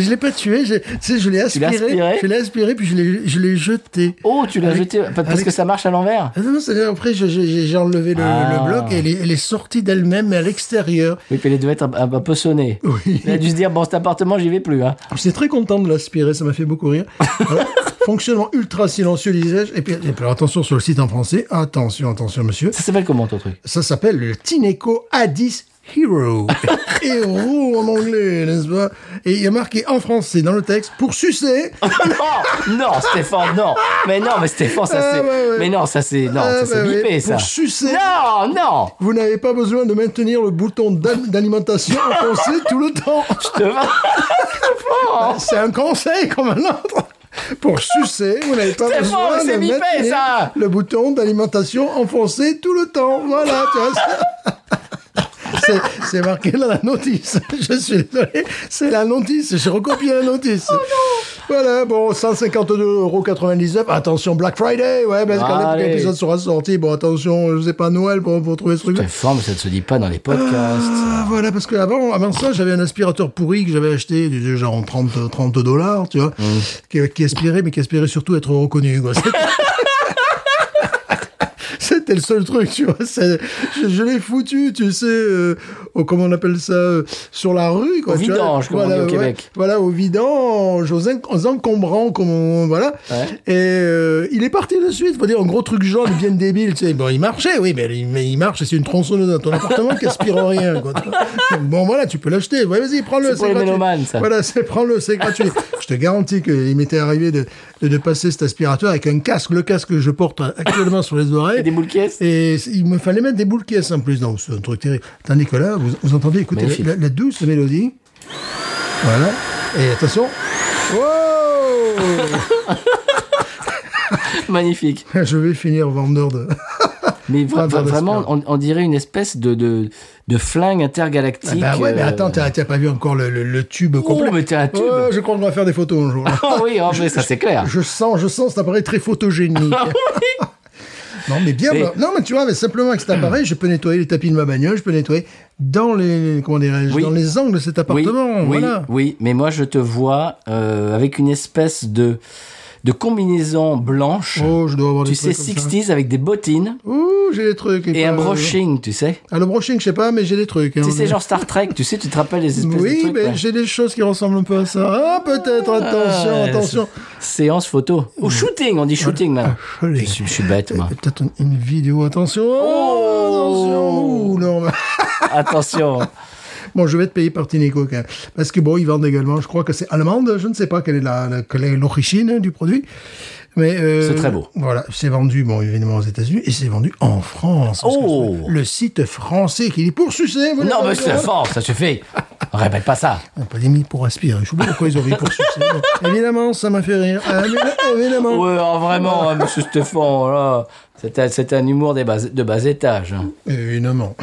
[SPEAKER 2] je l'ai pas tué, je, tu sais, je l'ai
[SPEAKER 1] l'as
[SPEAKER 2] aspiré,
[SPEAKER 1] aspiré
[SPEAKER 2] je l'ai aspiré, puis je l'ai, je l'ai jeté.
[SPEAKER 1] Oh, tu l'as
[SPEAKER 2] Avec-
[SPEAKER 1] jeté parce
[SPEAKER 2] avec-
[SPEAKER 1] que ça marche à l'envers
[SPEAKER 2] Ah non, non, c'est-à-dire, après, je- je- j'ai, j'ai enlevé le,
[SPEAKER 1] Ah.
[SPEAKER 2] le bloc et elle est, elle est sortie d'elle-même, mais à l'extérieur.
[SPEAKER 1] Oui, puis elle devait être un, un- un peu sonnée.
[SPEAKER 2] Oui.
[SPEAKER 1] Elle a dû se dire, bon, cet appartement, j'y vais plus. Hein.
[SPEAKER 2] J'étais très content de l'aspirer, ça m'a fait beaucoup rire. Voilà. Fonctionnement ultra silencieux, disais-je. Et puis, et puis, attention sur le site en français. Attention, attention, monsieur.
[SPEAKER 1] Ça s'appelle comment ton truc
[SPEAKER 2] Ça s'appelle le Tineco A10 Hero. Héros en anglais, n'est-ce pas Et il y a marqué en français dans le texte pour sucer.
[SPEAKER 1] Non, non, Stéphane, non. Mais non, mais Stéphane, ça
[SPEAKER 2] Ah,
[SPEAKER 1] c'est.
[SPEAKER 2] bah ouais.
[SPEAKER 1] Mais non, ça c'est. Non,
[SPEAKER 2] Ah,
[SPEAKER 1] ça c'est
[SPEAKER 2] bah ouais,
[SPEAKER 1] bipé, ça.
[SPEAKER 2] Pour sucer.
[SPEAKER 1] Non, non.
[SPEAKER 2] Vous n'avez pas besoin de maintenir le bouton d'al- d'alimentation enfoncé tout le temps.
[SPEAKER 1] Je te-
[SPEAKER 2] C'est un conseil comme un autre. Pour sucer, vous n'avez pas
[SPEAKER 1] C'est bon,
[SPEAKER 2] besoin
[SPEAKER 1] mais c'est
[SPEAKER 2] de
[SPEAKER 1] bipé,
[SPEAKER 2] maintenir
[SPEAKER 1] ça.
[SPEAKER 2] le bouton d'alimentation enfoncé tout le temps. Voilà, tu vois. c'est- C'est, c'est marqué dans la notice. Je suis désolé. C'est la notice. J'ai recopié la notice.
[SPEAKER 1] Oh
[SPEAKER 2] Voilà, bon, 152,99€. Attention, Black Friday. Ouais, parce que quand
[SPEAKER 1] Allez.
[SPEAKER 2] l'épisode sera sorti, bon, attention, je sais pas, Noël, pour, pour trouver ce truc.
[SPEAKER 1] Stéphane, mais ça ne se dit pas dans les podcasts.
[SPEAKER 2] Ah, voilà, parce que avant, avant ça, j'avais un aspirateur pourri que j'avais acheté, du- du genre en 30, 30 dollars, tu vois,
[SPEAKER 1] Mmh.
[SPEAKER 2] qui, qui aspirait, mais qui aspirait surtout être reconnu, quoi. C'était- C'était le seul truc, tu vois. c'est- Je, je l'ai foutu, tu sais, euh, au- comment on appelle ça, euh, sur la rue, quoi.
[SPEAKER 1] Au
[SPEAKER 2] tu vois.
[SPEAKER 1] vidange, comme on dit au Québec.
[SPEAKER 2] Voilà, au vidange, aux, en- aux encombrants, comme on- voilà.
[SPEAKER 1] Ouais.
[SPEAKER 2] Et euh, il est parti de suite, faut dire, un gros truc jaune, bien débile, tu sais. Bon, il marchait, oui, mais, il- mais il marche, c'est une tronçonneuse dans ton appartement qui aspire rien, quoi. Bon, voilà, tu peux l'acheter, Ouais, vas-y, prends-le,
[SPEAKER 1] C'est pour les
[SPEAKER 2] gratuit.
[SPEAKER 1] mélomanes, ça.
[SPEAKER 2] Voilà, c'est, prends-le, c'est gratuit. je te garantis qu'il m'était arrivé de, de, de passer cet aspirateur avec un casque, le casque que je porte actuellement sur les oreilles.
[SPEAKER 1] Et des boules caisses
[SPEAKER 2] Et c- il me fallait mettre des boules caisses en plus. Donc, c'est un truc terrible. Tandis que là, vous, vous entendez, écoutez,
[SPEAKER 1] Magnifique.
[SPEAKER 2] la, la douce mélodie. Voilà. Et attention. Wow
[SPEAKER 1] Magnifique.
[SPEAKER 2] Je vais finir vendeur de.
[SPEAKER 1] Mais vra-
[SPEAKER 2] Ah, bah,
[SPEAKER 1] vra-
[SPEAKER 2] bah,
[SPEAKER 1] vraiment, on, on dirait une espèce de, de, de flingue intergalactique.
[SPEAKER 2] bah ouais, mais
[SPEAKER 1] euh,
[SPEAKER 2] attends, t'as t'as pas vu encore le, le- le tube
[SPEAKER 1] Oh,
[SPEAKER 2] complet
[SPEAKER 1] mais t'es un tube.
[SPEAKER 2] Ouais, je crois qu'on va faire des photos un jour.
[SPEAKER 1] Ah oui, ah, mais ça c'est clair.
[SPEAKER 2] Je sens, je sens cet appareil très photogénique.
[SPEAKER 1] Ah
[SPEAKER 2] Non mais bien,
[SPEAKER 1] Et-
[SPEAKER 2] bah, non mais tu vois, mais simplement avec cet appareil, je peux nettoyer les tapis de ma bagnole, je peux nettoyer dans les comment dirais-je,
[SPEAKER 1] Oui.
[SPEAKER 2] dans les angles de cet
[SPEAKER 1] Oui,
[SPEAKER 2] appartement,
[SPEAKER 1] oui,
[SPEAKER 2] voilà.
[SPEAKER 1] oui, mais moi je te vois euh, avec une espèce de, de combinaison blanche.
[SPEAKER 2] Oh, je dois avoir
[SPEAKER 1] tu
[SPEAKER 2] des
[SPEAKER 1] sais,
[SPEAKER 2] trucs comme ça.
[SPEAKER 1] 60s avec des bottines
[SPEAKER 2] Ouh, j'ai des trucs.
[SPEAKER 1] et
[SPEAKER 2] pas-
[SPEAKER 1] un brushing, tu sais.
[SPEAKER 2] Ah, le brushing, je sais pas, mais j'ai des trucs. hein.
[SPEAKER 1] Tu sais, genre Star Trek, tu sais, tu te rappelles les espèces de
[SPEAKER 2] Oui,
[SPEAKER 1] trucs.
[SPEAKER 2] mais
[SPEAKER 1] là.
[SPEAKER 2] j'ai des choses qui ressemblent un peu à ça. Ah, peut-être, attention,
[SPEAKER 1] Ah,
[SPEAKER 2] attention.
[SPEAKER 1] c'est- Séance photo. Ou shooting, on dit shooting là.
[SPEAKER 2] Ah,
[SPEAKER 1] Je
[SPEAKER 2] joli.
[SPEAKER 1] suis, je suis bête, moi.
[SPEAKER 2] Et Peut-être une, une vidéo, attention. Oh, attention. Ouh, non. bah.
[SPEAKER 1] Attention.
[SPEAKER 2] Bon, je vais te payer par Tineco quand même. Parce que bon, ils vendent également, je crois que c'est allemande, je ne sais pas quelle est la, la- quelle est l'origine hein, du produit. Mais euh,
[SPEAKER 1] C'est très beau.
[SPEAKER 2] Voilà, c'est vendu, bon, évidemment aux États-Unis, et c'est vendu en France. Parce que
[SPEAKER 1] Oh.
[SPEAKER 2] c'est Le site français qui dit pour sucer,
[SPEAKER 1] Non,
[SPEAKER 2] vous n'avez
[SPEAKER 1] mais
[SPEAKER 2] pas le droit.
[SPEAKER 1] Stéphane, ça suffit. Répète pas ça.
[SPEAKER 2] On n'a Ah, pas des mis pour aspirer. Je sais pas pourquoi ils ont mis pour sucer. Bon, évidemment, ça m'a fait rire. Ah, mais- Évidemment.
[SPEAKER 1] Ouais, ah, vraiment, hein, monsieur Stéphane, là. C'est un, c'est un humour des bas- de bas étage. hein.
[SPEAKER 2] Évidemment.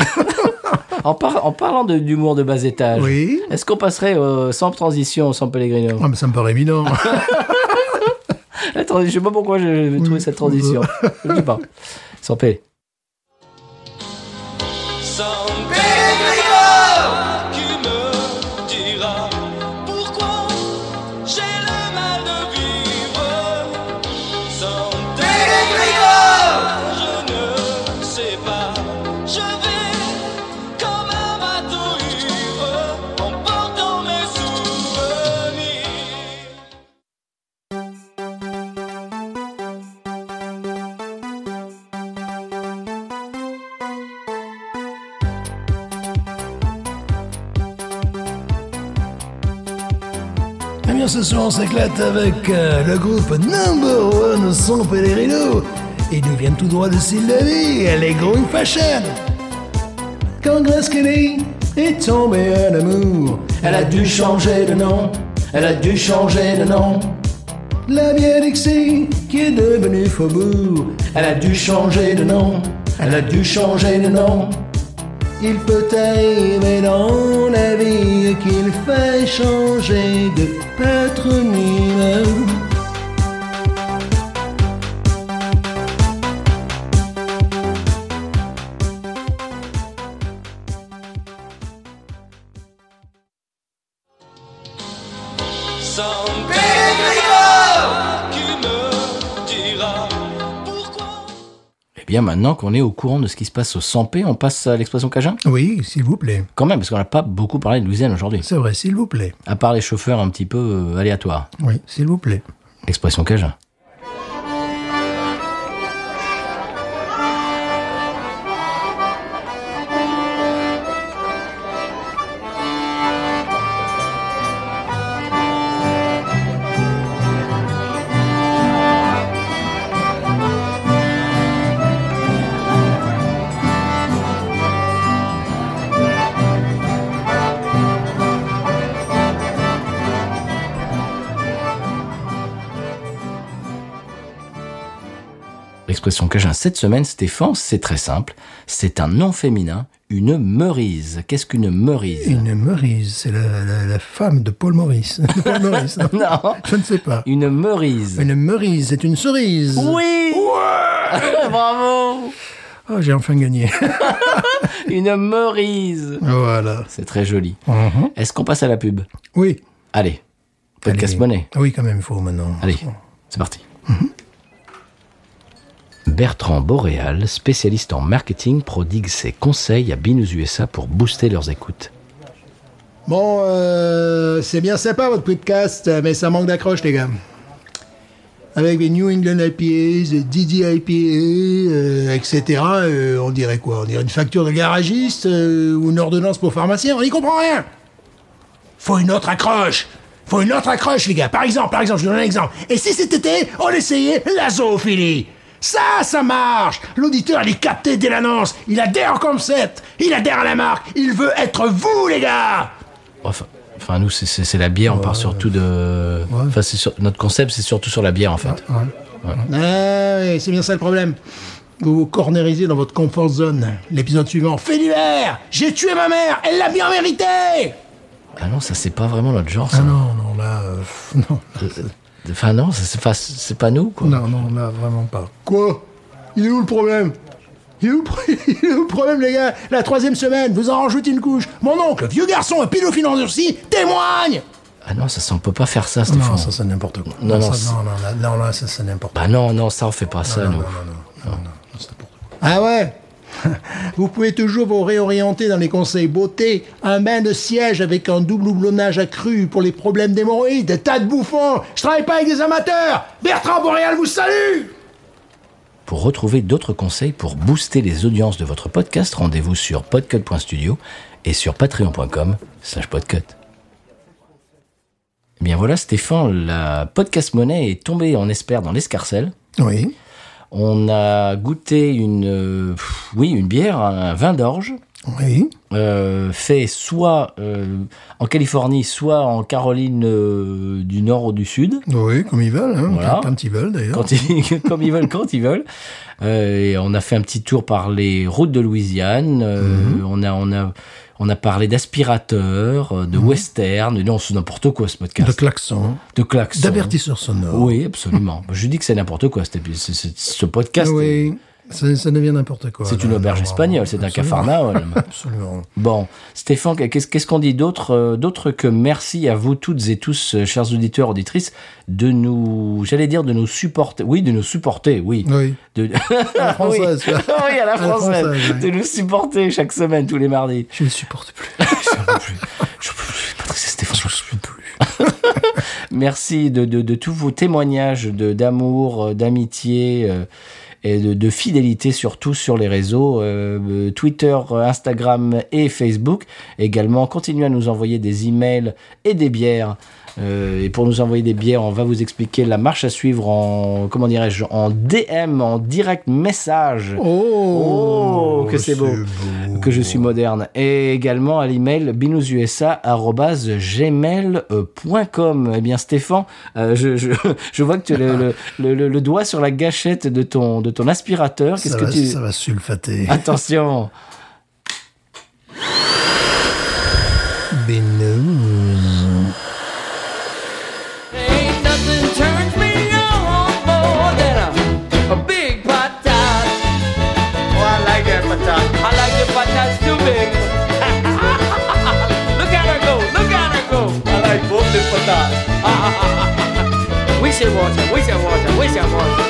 [SPEAKER 1] En, par- en parlant de- d'humour de bas étage,
[SPEAKER 2] Oui.
[SPEAKER 1] est-ce qu'on passerait euh, sans transition, sans Pellegrino
[SPEAKER 2] Ah, mais ça me paraît évident. Ah.
[SPEAKER 1] La transi- Je sais pas pourquoi j'ai trouvé cette transition. Je sais pas. Sans P.
[SPEAKER 4] Sans Pellegrino qui me dira pourquoi j'ai le mal de vivre. Sans Pellegrino, je ne sais pas. Je vais comme un bateau ivre en portant mes souvenirs.
[SPEAKER 2] Eh bien, ce soir, on s'éclate avec euh, le groupe Number One San Pellegrino. Ils nous viennent tout droit de Sylvie, les Growing Fashion. Quand Grace Kelly est tombée à l'amour, elle a dû changer de nom, elle a dû changer de nom. La vieille Dixie qui est devenue Faubourg, elle a dû changer de nom, elle a dû changer de nom. Il peut arriver dans la vie qu'il faille changer de patronyme.
[SPEAKER 4] Sans Pellegrino qui me dira pourquoi.
[SPEAKER 1] Eh bien, maintenant qu'on est au courant de ce qui se passe au 100 P, on passe à l'expression Cajun
[SPEAKER 2] Oui, s'il vous plaît.
[SPEAKER 1] Quand même, parce qu'on n'a pas beaucoup parlé de Louisiane aujourd'hui.
[SPEAKER 2] C'est vrai, s'il vous plaît.
[SPEAKER 1] À part les chauffeurs un petit peu euh, aléatoires.
[SPEAKER 2] Oui, s'il vous plaît.
[SPEAKER 1] Expression Cajun. expression cajun cette semaine, Stéphane, c'est très simple. C'est un nom féminin, une meurise. Qu'est-ce qu'une meurise
[SPEAKER 2] Une Maurice, c'est la, la- la femme de Paul Maurice. De Paul Maurice, non.
[SPEAKER 1] Non,
[SPEAKER 2] Je ne sais pas.
[SPEAKER 1] une meurise.
[SPEAKER 2] Une Maurice, c'est une cerise.
[SPEAKER 1] Oui Bravo
[SPEAKER 2] Oh, j'ai enfin gagné.
[SPEAKER 1] Une meurise.
[SPEAKER 2] voilà.
[SPEAKER 1] C'est très joli.
[SPEAKER 2] Mhm.
[SPEAKER 1] Est-ce qu'on passe à la pub
[SPEAKER 2] Oui.
[SPEAKER 1] Allez, Mhm. podcast
[SPEAKER 2] Allez.
[SPEAKER 1] monnaie.
[SPEAKER 2] Oui, quand même, il faut maintenant.
[SPEAKER 1] Allez, c'est parti. Bertrand Boréal, spécialiste en marketing, prodigue ses conseils à Binous USA pour booster leurs écoutes.
[SPEAKER 2] Bon, euh, c'est bien sympa votre podcast, mais ça manque d'accroche, les gars. Avec les New England IPAs, les Didi IPA, euh, etc., euh, on dirait quoi On dirait une facture de garagiste euh, ou une ordonnance pour pharmacien On n'y comprend rien Faut une autre accroche Faut une autre accroche, les gars Par exemple, par exemple, je vous donne un exemple. Et si cet été, on essayait la zoophilie ça, ça marche L'auditeur, il est capté dès l'annonce, il adhère au concept, il adhère à la marque, il veut être vous, les gars
[SPEAKER 1] Enfin, enfin, nous, c'est- c'est c'est la bière, on part surtout de. Enfin, c'est sur- notre concept, c'est surtout sur la bière, en fait.
[SPEAKER 2] Ah oui, c'est bien ça le problème. Vous vous cornérisez dans votre comfort zone. L'épisode suivant. Fait d'hiver J'ai tué ma mère Elle l'a bien mérité
[SPEAKER 1] Ah non, ça, c'est pas vraiment notre genre, ça.
[SPEAKER 2] Non, non, là. euh, non,
[SPEAKER 1] Enfin, non, ça, c'est pas, c'est pas nous, quoi.
[SPEAKER 2] non, non, là, vraiment pas. Quoi Il est où le problème il est, où le pro- il est où le problème, les gars La troisième semaine, vous en rajoutez une couche. Mon oncle, vieux garçon, un pédophile endurci, témoigne
[SPEAKER 1] Ah non, ça, ça, on peut pas faire ça, Stéphane.
[SPEAKER 2] c'est n'importe quoi.
[SPEAKER 1] Non, non, c'est-
[SPEAKER 2] non, là, non, là, ça, c'est n'importe
[SPEAKER 1] Bah non, non, ça, on fait pas ça, nous.
[SPEAKER 2] Ah ouais Vous pouvez toujours vous réorienter dans les conseils beauté, un bain de siège avec un double houblonnage accru pour les problèmes d'hémorroïdes, tas de bouffons, je travaille pas avec des amateurs Bertrand Boréal vous salue
[SPEAKER 1] Pour retrouver d'autres conseils pour booster les audiences de votre podcast, rendez-vous sur podcut.studio et sur patreon.com slash podcut. Eh Bien voilà Stéphane, la podcast monnaie est tombée, on espère, dans l'escarcelle.
[SPEAKER 2] Oui,
[SPEAKER 1] On a goûté une, euh, pff, oui, une bière, un vin d'orge,
[SPEAKER 2] oui,
[SPEAKER 1] euh, fait soit euh, en Californie, soit en Caroline euh, du Nord ou du Sud.
[SPEAKER 2] oui, comme ils veulent, hein,
[SPEAKER 1] Voilà.
[SPEAKER 2] ils veulent d'ailleurs.
[SPEAKER 1] quand ils, comme ils veulent, quand ils veulent. Euh, et on a fait un petit tour par les routes de Louisiane. euh, On a, on a, on a parlé d'aspirateurs, euh, de western. Et non, c'est n'importe quoi ce podcast. De,
[SPEAKER 2] klaxons,
[SPEAKER 1] klaxons.
[SPEAKER 2] sonores.
[SPEAKER 1] Oui, absolument. Je dis que c'est n'importe quoi. cet épi- c'est- c'est- ce podcast,
[SPEAKER 2] ça, devient n'importe quoi.
[SPEAKER 1] c'est une auberge espagnole. C'est un cafarnaum.
[SPEAKER 2] Absolument.
[SPEAKER 1] Bon, Stéphane, qu'est-ce qu'est-ce qu'on dit d'autre euh, D'autre que merci à vous toutes et tous, euh, chers auditeurs, auditrices, de nous, j'allais dire, de nous supporter. Oui, de nous supporter, oui.
[SPEAKER 2] Oui.
[SPEAKER 1] De...
[SPEAKER 2] la française,
[SPEAKER 1] oui.
[SPEAKER 2] quoi.
[SPEAKER 1] Oui, à la
[SPEAKER 2] la
[SPEAKER 1] française.
[SPEAKER 2] française, oui.
[SPEAKER 1] De nous supporter chaque semaine, tous les mardis.
[SPEAKER 2] Je ne supporte plus.
[SPEAKER 1] Je peux plus, Patrice et Stéphane, je peux plus. Merci de, de- de tous vos témoignages de- d'amour, euh, d'amitié euh, et de, de fidélité, surtout sur les réseaux euh, euh, Twitter, euh, Instagram et Facebook. Également, continuez à nous envoyer des emails et des bières. Euh, et pour nous envoyer des bières, on va vous expliquer la marche à suivre en, comment dirais-je, en DM, en direct message. Oh, que c'est beau. que je suis moderne. Et également à l'email binoususa.gmail.com. Eh bien, Stéphane, euh, je, je, je vois que tu as le, le, le- le- le doigt sur la gâchette de ton, de ton aspirateur. Qu'est-ce
[SPEAKER 2] ça,
[SPEAKER 1] que
[SPEAKER 2] va,
[SPEAKER 1] tu. Ah,
[SPEAKER 2] ça va sulfater.
[SPEAKER 1] Attention
[SPEAKER 2] Binouze.
[SPEAKER 4] Ain't nothing turns me on more than a, a big patat. Oh, I like that patat. I like the patats too big. look at her go, look at her go. I like both the patats. we should watch her, we should watch her, we should watch her.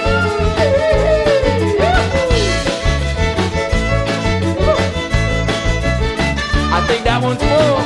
[SPEAKER 4] I think that one's full.